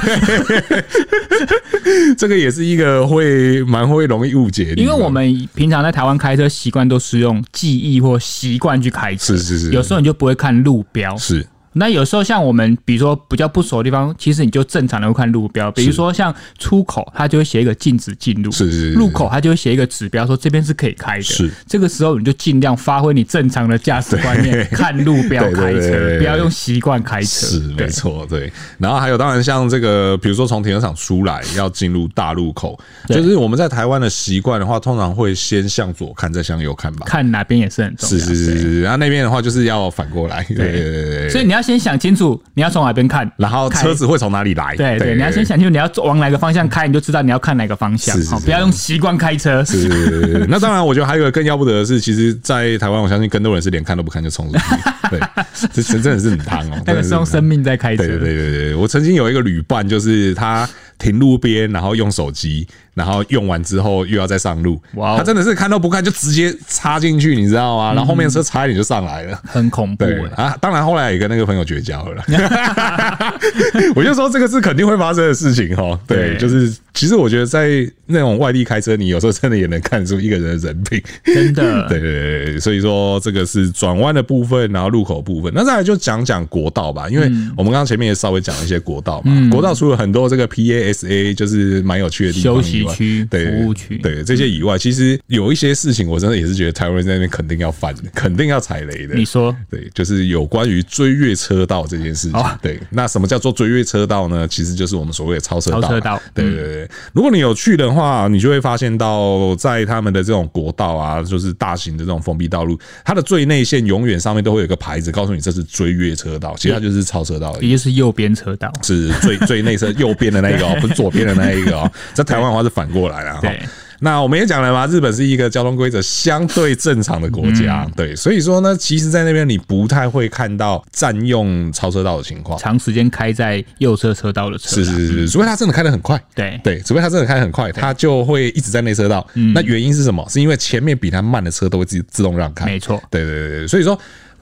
这个也是一个会蛮会容易误解的地因为方，我们平常在台湾开车习惯都是用记忆或习惯去开车，是是是有时候你就不会看路标，是那有时候像我们，比如说比较不熟的地方，其实你就正常的会看路标，比如说像出口，它就会写一个禁止进入，是是是路口它就会写一个指标说这边是可以开的，是这个时候你就尽量发挥你正常的驾驶观念，看路标对对开对对车，对不要用习惯开车，是对没错，对。然后还有，当然像这个，比如说从停车场出来要进入大路口，对就是我们在台湾的习惯的话，通常会先向左看，再向右看吧。看哪边也是很重要，是是是对。是，然啊后那边的话就是要反过来，对对对对对。所以你要先想清楚你要从哪边看，然后车子会从哪里来？对对，你要先想清楚你要往哪个方向开，你就知道你要看哪个方向是，是哦是不要用习惯开车，是是是是那当然，我觉得还有一个更要不得的是，其实，在台湾，我相信更多人是连看都不看就 冲出去。对，这真真的是很烫哦，那真个的是很是用烫生命在开车，对对对对对，我曾经有一个旅伴，就是他停路边，然后用手机，然后用完之后又要再上路。哇哦他真的是看都不看就直接插进去，你知道吗？然后后面车差一点就上来了。嗯很恐怖对欸。啊，当然后来也跟那个朋友绝交了啦。 我就说这个是肯定会发生的事情哦。对，对就是其实我觉得在那种外地开车，你有时候真的也能看出一个人的人品。真的， 对对对对对，所以说这个是转弯的部分，然后路口部分。那再来就讲讲国道吧，因为嗯我们刚刚前面也稍微讲了一些国道嘛。国道除了很多这个 PASA 就是蛮有趣的地方以外，休息区对服务区对这些以外，其实有一些事情我真的也是觉得台湾人在那边肯定要犯的，肯定要踩雷的。你说 对，就是有关于追越车道这件事情。哦对，那什么叫做追越车道呢？其实就是我们所谓的超车道啦。超车道嗯对对对。如果你有去的话，你就会发现到，在他们的这种国道啊，就是大型的这种封闭道路，它的最内线永远上面都会有一个牌子告诉你这是追越车道，其实它就是超车道而已。也就是右边车道，是最最内侧右边的那一个哦，不是左边的那一个哦。在台湾的话是反过来啦。哈对。那我们也讲了嘛，日本是一个交通规则相对正常的国家，对，所以说呢，其实，在那边你不太会看到占用超车道的情况，长时间开在右侧车道的车是啦，是是是，除非他真的开得很快，对对，嗯除非他真的开得很快，他就会一直在内车道。那原因是什么？是因为前面比他慢的车都会自自动让开，没错对对对对，所以说。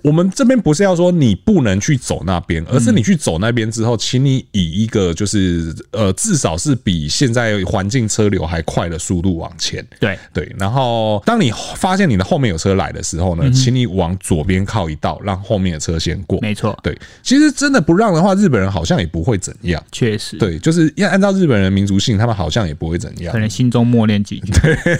我们这边不是要说你不能去走那边，而是你去走那边之后，请你以一个就是呃，至少是比现在环境车流还快的速度往前。对对，然后当你发现你的后面有车来的时候嗯呢，请你往左边靠一道，让后面的车先过。没错，对，其实真的不让的话，日本人好像也不会怎样。确实，，对，就是要按照日本人民族性，他们好像也不会怎样可。能心中默念几句，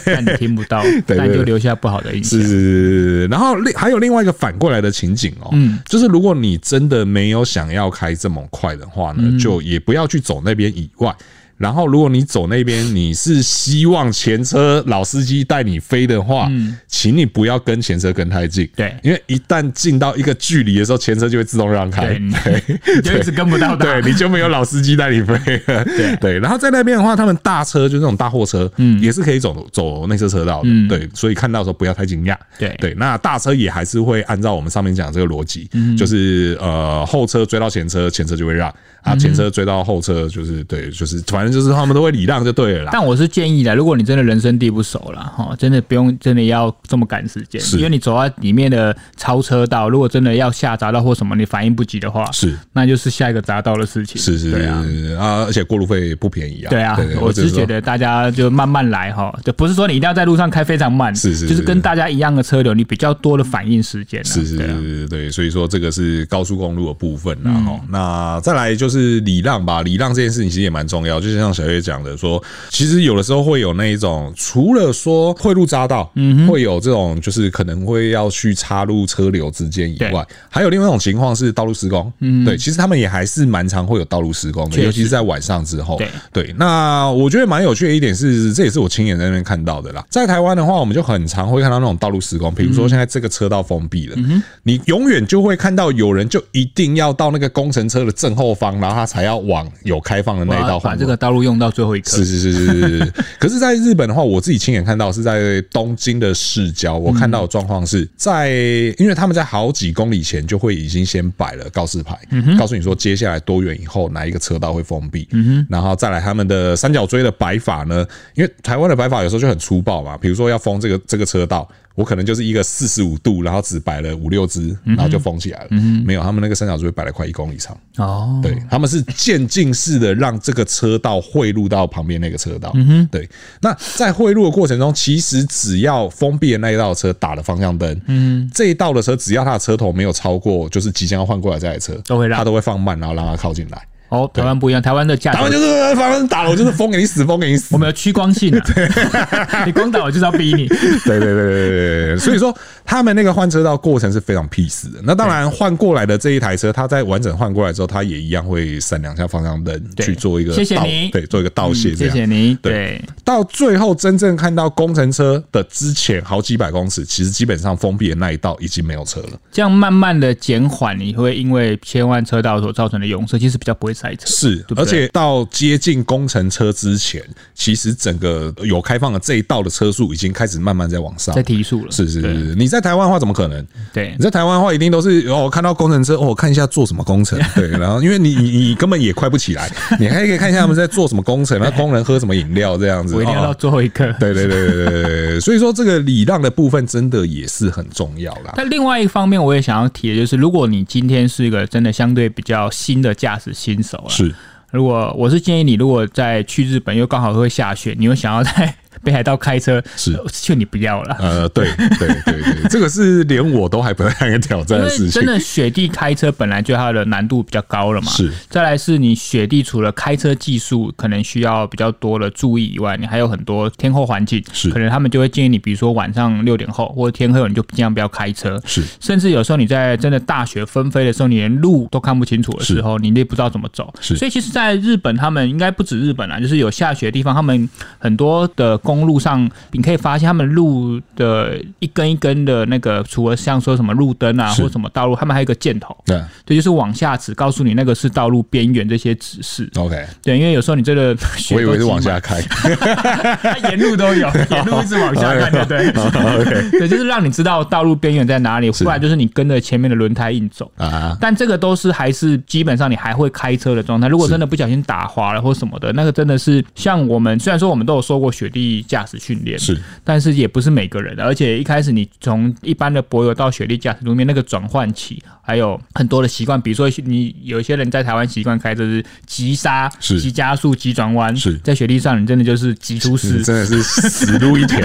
但你听不到， 对但就留下不好的印象是，是是是是，然后另还有另外一个反过来的情景哦，嗯，就是如果你真的没有想要开这么快的话嗯呢，就也不要去走那边以外。然后，如果你走那边，你是希望前车老司机带你飞的话，请你不要跟前车跟太近，嗯对因为一旦进到一个距离的时候，前车就会自动让开，对，你 你就一直跟不到 他对，，你就没有老司机带你飞了。 对然后在那边的话，他们大车就是那种大货车，嗯，也是可以走走内侧车道的，对，所以看到的时候不要太惊讶。嗯对对，那大车也还是会按照我们上面讲的这个逻辑，嗯嗯就是呃后车追到前车，前车就会让啊，前车追到后车就是对，就是反正就是他们都会礼让就对了啦。但我是建议的，如果你真的人生地不熟了哈，真的不用真的要这么赶时间，是因为你走到里面的超车道，如果真的要下匝道或什么，你反应不及的话，是那就是下一个匝道的事情。是是对啊。是啊，而且过路费不便宜啊。对啊，我只是觉。得大家就慢慢来哈，就不是说你一定要在路上开非常慢，是是就是是跟大家一样的车流，你比较多的反应时间啊。是是对啊嗯是，对，所以说这个是高速公路的部分啦。哈、那再来就是礼让吧，礼让这件事情其实也蛮重要。就像小月讲的说，其实有的时候会有那一种，除了说会路匝道，嗯，会有这种就是可能会要去插入车流之间以外，还有另外一种情况是道路施工。嗯，对，其实他们也还是蛮常会有道路施工的，确实尤其是在晚上之后。对对，那我觉得蛮有趣的一点是，这也是我亲眼在那边看到的啦。在台湾的话，我们就很常会看到那种道路施工，比如说现在这个车道封闭了，你永远就会看到有人就一定要到那个工程车的正后方，然后他才要往有开放的那一我道要把方这向个。道路用到最后一刻。是是是是是是。可是，在日本的话，我自己亲眼看到是在东京的市郊，我看到的状况是在，因为他们在好几公里前就会已经先摆了告示牌，告诉你说接下来多远以后哪一个车道会封闭，然后再来他们的三角锥的摆法呢，因为台湾的摆法有时候就很粗暴嘛，比如说要封这个这个车道。我可能就是一个四十五度，然后只摆了五六只，然后就封起来了。没有，他们那个三角锥摆了快一公里长。哦，对，他们是渐进式的让这个车道汇入到旁边那个车道。对。那在汇入的过程中，其实只要封闭的那一道车打了方向灯，嗯，这一道的车只要它的车头没有超过，就是即将要换过来这台车，都会让它都会放慢，然后让嗯它靠近来。哦，台湾不一样，台湾的价他格们就是呃反正打了，我就是封给你死，封给你死我。们有趋光性 啊，你光打我就是要逼你。 对对对对对对对，所以说他们那个换车道过程是非常 peace 的。那当然，换过来的这一台车，它在完整换过来之后，它也一样会闪两下方向灯对去做一个谢谢道你对，做一个道嗯谢这谢样。谢你。对对，到最后真正看到工程车的之前好几百公尺，其实基本上封闭的那一道已经没有车了。这样慢慢的减缓，你会因为切换车道所造成的拥塞，其实比较不会塞车。是，不对而且到接近工程车之前，其实整个有开放的这一道的车速已经开始慢慢在往上在。提速了。是是对是，你在台湾的话怎么可能？对你，在台湾的话，一定都是哦，看到工程车，哦，我看一下做什么工 程，对，然后因为你你你根本也快不起来，你还可以看一下他们在做什么工 程，那工人喝什么饮料这样子。我一定要哦到最后一刻。对对对对对对对，所以说这个礼让的部分真的也是很重要啦。但另外一方面，我也想要提的就是，如果你今天是一个真的相对比较新的驾驶新手了，是如果我是建议你，如果在去日本又刚好会下雪，你又想要在北海道开车，是呃劝你不要了。呃，对对对对，这个是连我都还不太敢挑战因的为事情真。的雪地开车本来就它的难度比较高了嘛，是再来是你雪地除了开车技术可能需要比较多的注意以外，你还有很多天候环境，是可能他们就会建议你，比如说晚上六点后或者天黑了，你就尽量不要开车。是甚至有时候你在真的大雪纷飞的时候，你连路都看不清楚的时候，你也不知道怎么走。是所以其实，在日本，他们应该不止日本啦，啊就是有下雪的地方，他们很多的公路上，你可以发现他们路的一根一根的那个，除了像说什么路灯啊是或什么道路，他们还有一个箭头，对对，就是往下指，告诉你那个是道路边缘这些指示。 ，OK，对，因为有时候你这个我雪以都为是积往满下 开，它沿路 都有，沿路一直往下看，对不对？对，就是让你知道道路边缘在哪里，不然就是你跟着前面的轮胎硬走。啊，但这个都是还是基本上你还会开车的状态。如果真的不小心打滑了或什么的，那个真的是像我们虽然说我们都有受过雪地驾驶训练，是，但是也不是每个人的。而且一开始你从一般的柏油到雪地驾驶路面那个转换期，还有很多的习惯，比如说你有一些人在台湾习惯开车是急刹、是急加速、急转弯，是在雪地上你真的就是急出事是，真的是死路 一条。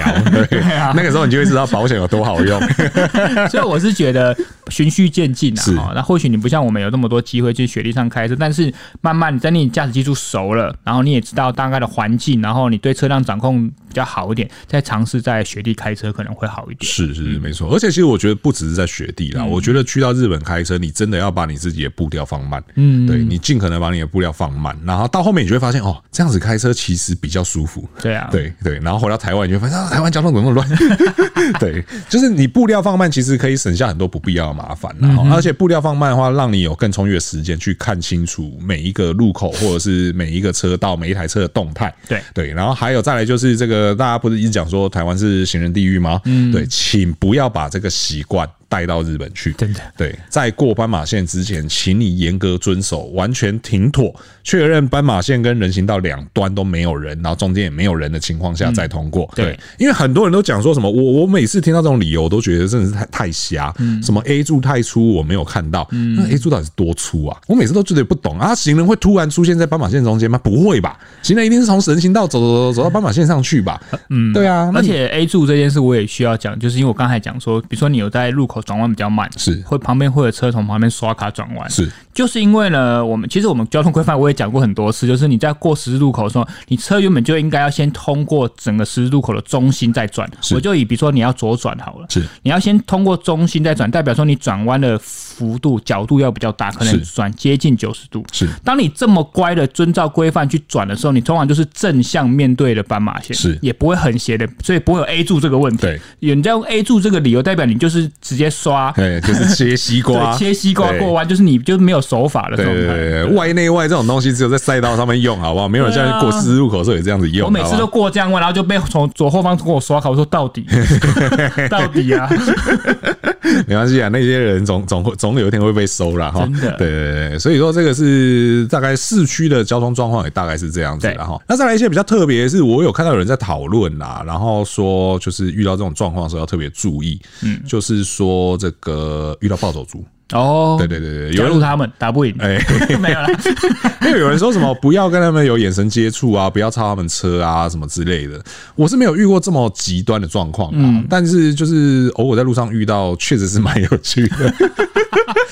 对啊那个时候你就会知道保险有多好用。所以我是觉得循序渐进啊是，哦那或许你不像我们有这么多机会去雪地上开车，但是慢慢你在你驾驶技术熟了，然后你也知道大概的环境，然后你对车辆掌控比较好一点，再尝试在雪地开车可能会好一点。是是是，没错。而且其实我觉得不只是在雪地嗯啦，我觉得去到日本开车，你真的要把你自己的步调放慢。嗯，对你尽可能把你的步调放慢，然后到后面你就会发现哦，这样子开车其实比较舒服。对啊，对对，然后回到台湾，你就会发现、啊、台湾交通怎么那么乱？ 对，就是你步调放慢，其实可以省下很多不必要的麻烦啦，嗯然后、而且步调放慢的话，让你有更充裕的时间去看清楚每一个路口或者是每一个车道、每一台车的动态。对对，然后还有再来就是这个，大家不是一直讲说台湾是行人地狱吗？嗯，对，请不要把这个习惯。带到日本去。真的对，在过斑马线之前，请你严格遵守，完全停妥，确认斑马线跟人行道两端都没有人，然后中间也没有人的情况下再通过。嗯对对，因为很多人都讲说什么，我我每次听到这种理由，我都觉得真的是太太瞎，嗯什么 A 柱太粗，我没有看到，那 A 柱到底是多粗啊？我每次都觉得不懂啊，行人会突然出现在斑马线中间吗？不会吧，行人一定是从人行道走走走走到斑马线上去吧？嗯，对啊，那而你且 A 柱这件事我也需要讲，就是因为我刚才讲说，比如说你有在路口转弯比较慢，是会旁边会有车从旁边刷卡转弯，是就是因为呢，我们其实我们交通规范我也讲过很多次，就是你在过十字路口的时候，你车原本就应该要先通过整个十字路口的中心再转。是我就以比如说你要左转好了，是你要先通过中心再转，代表说你转弯的幅度角度要比较大，可能是转接近九十度。 是当你这么乖的遵照规范去转的时候，你通常就是正向面对的斑马线，是也不会很斜的，所以不会有 A 柱这个问题。对，有你在用 A 柱这个理由，代表你就是直接刷，对，就是切西瓜，对，切西瓜对过弯，就是你就没有手法的对状对对态。对，外内外这种东西只有在赛道上面用，好不好？没有人对啊像过十字路口的时候也这样子用。我每次好不都好过这样弯，然后就被从左后方给我刷卡。我说到 底，到底啊！没关系啊，那些人总总会总有一天会被收啦。哈。真的对对对对，所以说这个是大概市区的交通状况也大概是这样子对啦。哈。那再来一些比较特别的是，我有看到有人在讨论啦，然后说就是遇到这种状况的时候要特别注意，嗯，就是说这个遇到暴走族，哦，对对对对，有加人入他们打不赢，哎 没有啦。 因为有人说什么不要跟他们有眼神接触啊，不要超他们车啊，什么之类的。我是没有遇过这么极端的状况嗯啊，但是就是偶尔在路上遇到，确实是蛮有趣 的。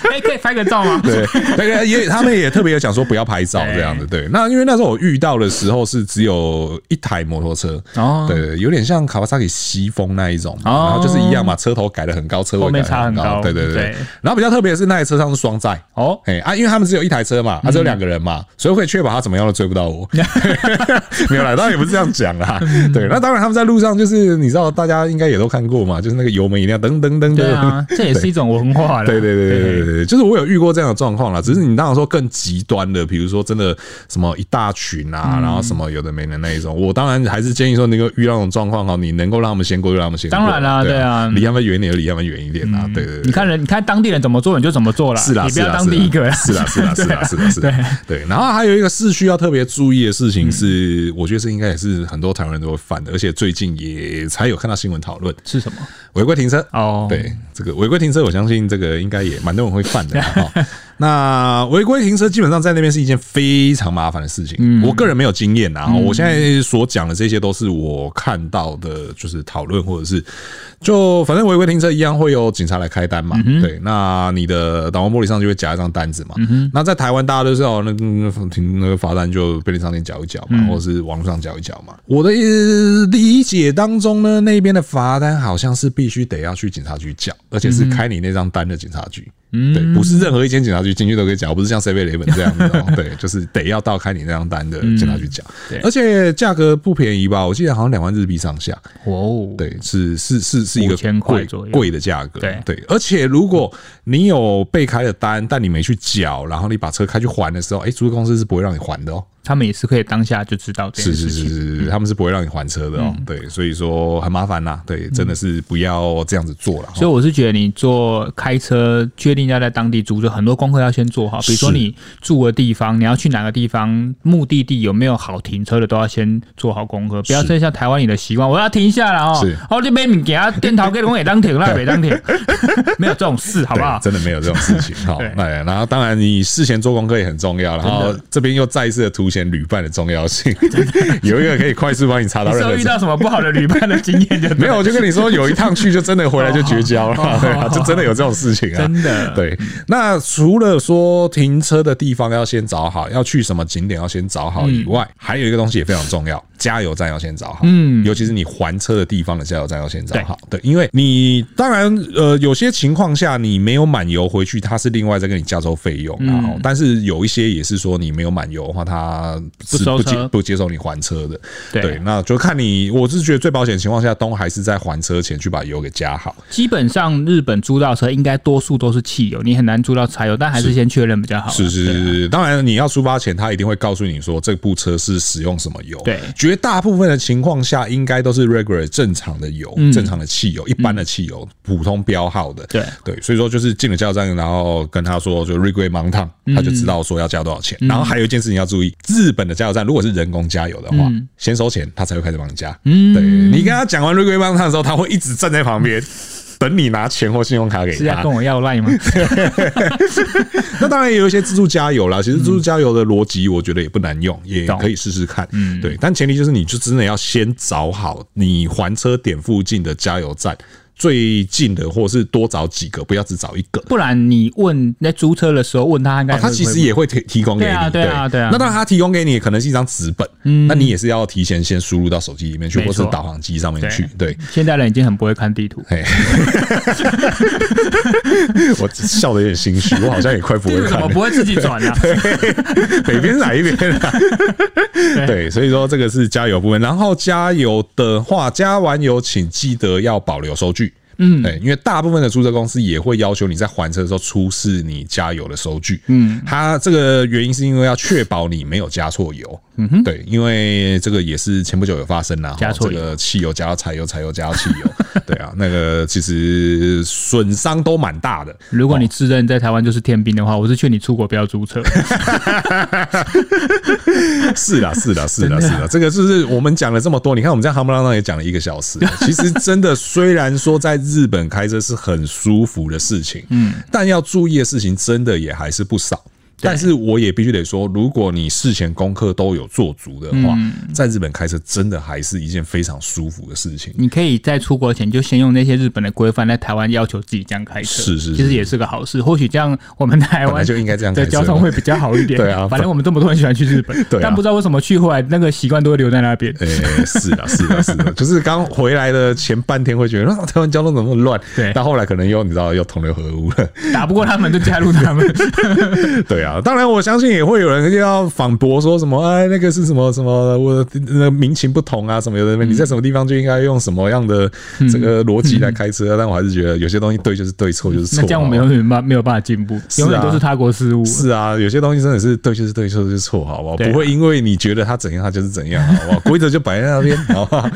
哎，可以拍个照吗？对，那个也他们也特别有讲说不要拍照这 样子。对，那因为那时候我遇到的时候是只有一台摩托车，哦对，有点像卡巴萨给西风那一种，哦然后就是一样嘛，车头改的很高，车尾后改面得很插很高对对对对。然后比较特别的是那台车上是双载，哦，哎、啊，因为他们只有一台车嘛，嗯啊他、只有两个人嘛，所以可以确保他怎么样都追不到 我。没有啦，当然也不是这样讲啦。嗯对，那当然他们在路上就是你知道，大家应该也都看过嘛，就是那个油门一定要噔噔噔噔。 对啊，这也是一种文化了。对对对对对对，就是我有遇过这样的状况啦，只是你当然说更极端的，比如说真的什么一大群嗯啊，然后什么有的没的那一种，我当然还是建议说，能够遇到那种状况哈，你能够让他们先过就让他们先过，当然啦对对啊嗯离他们远一点就离他们远一点啊，对对对。你看人，你看当地人怎么做，你就怎么做了。是啦，你不是要啦，当第一个啦。啊是啦， 是啦，是啦，是啦，是啦，是啦对。然后还有一个是需要特别注意的事嗯情是，我觉得这应该也是很多台湾人都会犯的，而且最近也才有看到新闻讨论是什么？违规停车。哦，对，这个违规停车，我相信这个应该也蛮多人会犯的啦哈。那违规停车基本上在那边是一件非常麻烦的事情，我个人没有经验啊。我现在所讲的这些都是我看到的，就是讨论或者是就反正违规停车一样会有警察来开单嘛。对，那你的挡风玻璃上就会夹一张单子嘛。那在台湾大家都知道，那那停那个罚单就便利商店缴一缴嘛，或者是网络上缴一缴嘛。我的呃理解当中呢，那边的罚单好像是必须得要去警察局缴，而且是开你那张单的警察局。对，不是任何一间警察局进去都可以缴，不是像 C 位雷本这样子哦、对，就是得要到开你那张单的警察局缴，对而且价格不便宜吧？我记得好像两万日币上下。哦，对，是是是是一个5000块贵左右贵的价格，对而且如果你有被开的单，但你没去缴，然后你把车开去还的时候，哎、租车公司是不会让你还的哦。他们也是可以当下就知道这是是件事是情。嗯是，是，他们是不会让你还车的哦。对，所以说很麻烦呐。对，真的是不要这样子做了。嗯所以我是觉得你做开车，确定要在当地租，就很多功课要先做好。比如说是你住的地方，你要去哪个地方，目的地有没有好停车的，都要先做好功课。不要再像台湾你的习惯，我要停下来哦是，哦这边你给他电桃给我也当停，那也没当停，没有这种事，好不好对？真的没有这种事情哈 对。那然后当然你事前做功课也很重要，然后这边又再一次的凸显旅伴的重要性， 有一个可以快速帮你查到你任是何有资遇料到什么不好的旅伴的经验就 没有，我就跟你说，有一趟去就真的回来就绝 交了，对啊，就真的有这种事情啊，哦真的对，那除了说停车的地方要先找好，要去什么景点要先找好嗯以外，还有一个东西也非常重要，加油站要先找好。嗯，尤其是你还车的地方的加油站要先找好。对，因为你当然呃，有些情况下你没有满啊嗯哦油回去，它是另外再跟你加收费用，然后但是有一些也是说你没有满油的话，它他是不收不接车不接受你还车的。对对，那就看你，我是觉得最保险的情况下，东还是在还车前去把油给加好。基本上日本租到车应该多数都是汽油，你很难租到柴油，但还是先确认比较好啊。是是是是，当然你要出发前，他一定会告诉你说这部车是使用什么油。对绝大部分的情况下，应该都是 regular 正常的油、正常的汽油、一般的汽油、普通标号的。嗯对对，所以说就是进了加油站，然后跟他说就 regular 盲烫，嗯他就知道说要加多少钱。然后还有一件事情要注意，日本的加油站如果是人工加油的话，嗯先收钱，他才会开始帮你加。嗯，对你跟他讲完 regular 盲烫的时候，他会一直站在旁 边。等你拿钱或信用卡给他，是啊要跟我要赖吗？啊 那当然也有一些自助加油啦，其实自助加油的逻辑我觉得也不难用，也嗯懂可以试试看。嗯，对，但前提就是你就真的要先找好你还车点附近的加油站。最近的，或是多找几个，不要只找一个。 不然你问在租车的时候问他，他应该啊，也会他其实也会提提供给你，对啊对啊对啊嗯那当然，他提供给你可能是一张纸本，那你也是要提前先输入到手机里面去，没或是错导航机上面去。对，现代人已经很不会看地图。 嘿， 我笑的有点心虚，我好像也快不地会图怎看么了。不会自己转 啊呢？北边是哪一边啊？ 对，所以说这个是加油部分。然后加油的话，加完油请记得要保留收据。嗯，对，因为大部分的租车公司也会要求你在还车的时候出示你加油的收据。嗯，它这个原因是因为要确保你没有加错油。嗯哼，对，因为这个也是前不久有发生啦，加错油这个汽油加到柴油，柴油加到汽油， 对啊，那个其实损伤都蛮大的。如果你自认在台湾就是天兵的话，我是劝你出国不要租车。是啦，是啦，是啦，是啦，这个就是我们讲了这么多，你看我们这样夯不啷当也讲了一个小时。其实真的，虽然说在日本开车是很舒服的事情，嗯，但要注意的事情真的也还是不少。但是我也必须得说，如果你事前功课都有做足的话，在日本开车真的还是一件非常舒服的事情。你可以在出国前就先用那些日本的规范，在台湾要求自己这样开车，是是是其实也是个好事。或许这样，我们台本来湾就应该这样开的 车交通会比较好一点。对啊反正我们这么多人喜欢去日本， 对啊但不知道为什么去后来那个习惯都会留在那 边。诶、哎是的，是的，是的，就是刚回来的前半天会觉得，啊台湾交通怎么那么乱？对但后来可能又你知道又同流合污了。打不过他们就加 入他们，对啊，当然我相信也会有人要反驳说什么，哎，那个是什么什么，我的那民情不同啊，什么有嗯的，你在什么地方就应该用什么样的这个逻辑来开车啊、但我还是觉得有些东西对就是对，错就是错嗯那啊。这样我们永远没没有办法进步，啊永远都是他国失误。是啊，有些东西真的是对就是对，错就是错，好不好？对啊不会因为你觉得它怎样，它就是怎样，好不 好？规则就摆在那边，好不好？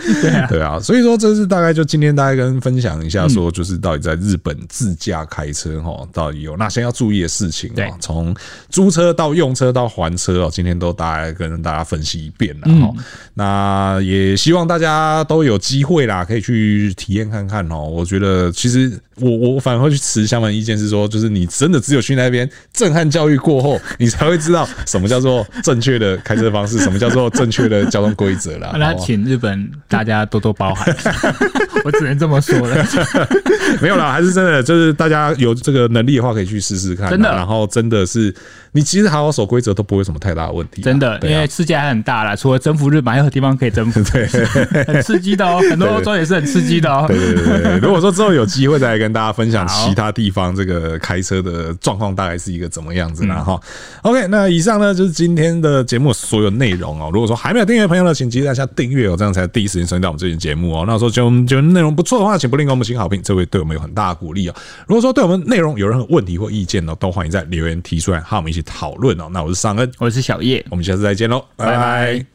对啊，所以说这是大概就今天大概跟分享一下，说嗯就是到底在日本自驾开车哈，到底有哪些要注意的事情对啊？从租车到用车到还车哦，今天都大概跟大家分析一遍了嗯哈。那也希望大家都有机会啦，可以去体验看看哦。我觉得其实我我反而会去持相反意见，是说就是你真的只有去那边震撼教育过后，你才会知道什么叫做正确的开车方式，什么叫做正确的交通规则 啦。哦那好不好请日本大家多多包 涵，我只能这么说了。没有啦，还是真的，就是大家有这个能力的话，可以去试试看啊。真的然后真的是你其实好好守规则都不会有什么太大的问题啊。 真的，对因啊为世界还很大啦，除了征服日本，还有地方可以征 服，对，很刺激的哦，很多欧洲也是很刺激的哦。对对对对，如果说之后有机会再来跟大家分享好其他地方这个开车的状况大概是一个怎么样子啦哈。OK，那以上呢就是今天的节目所有内容哦。如果说还没有订阅的朋友呢，请记得按下订阅哦，这样才第一时间收听到我们这期节目哦。那说觉得我们觉得内容不错的话，请不吝给我们新好评，这会对我们有很大的鼓励哦。如果说对我们内容有任何问题或意见呢，都欢迎在留言提出来，和我们一起讨论哦。那我是尚恩，我是小叶，我们下次再见喽，拜拜拜拜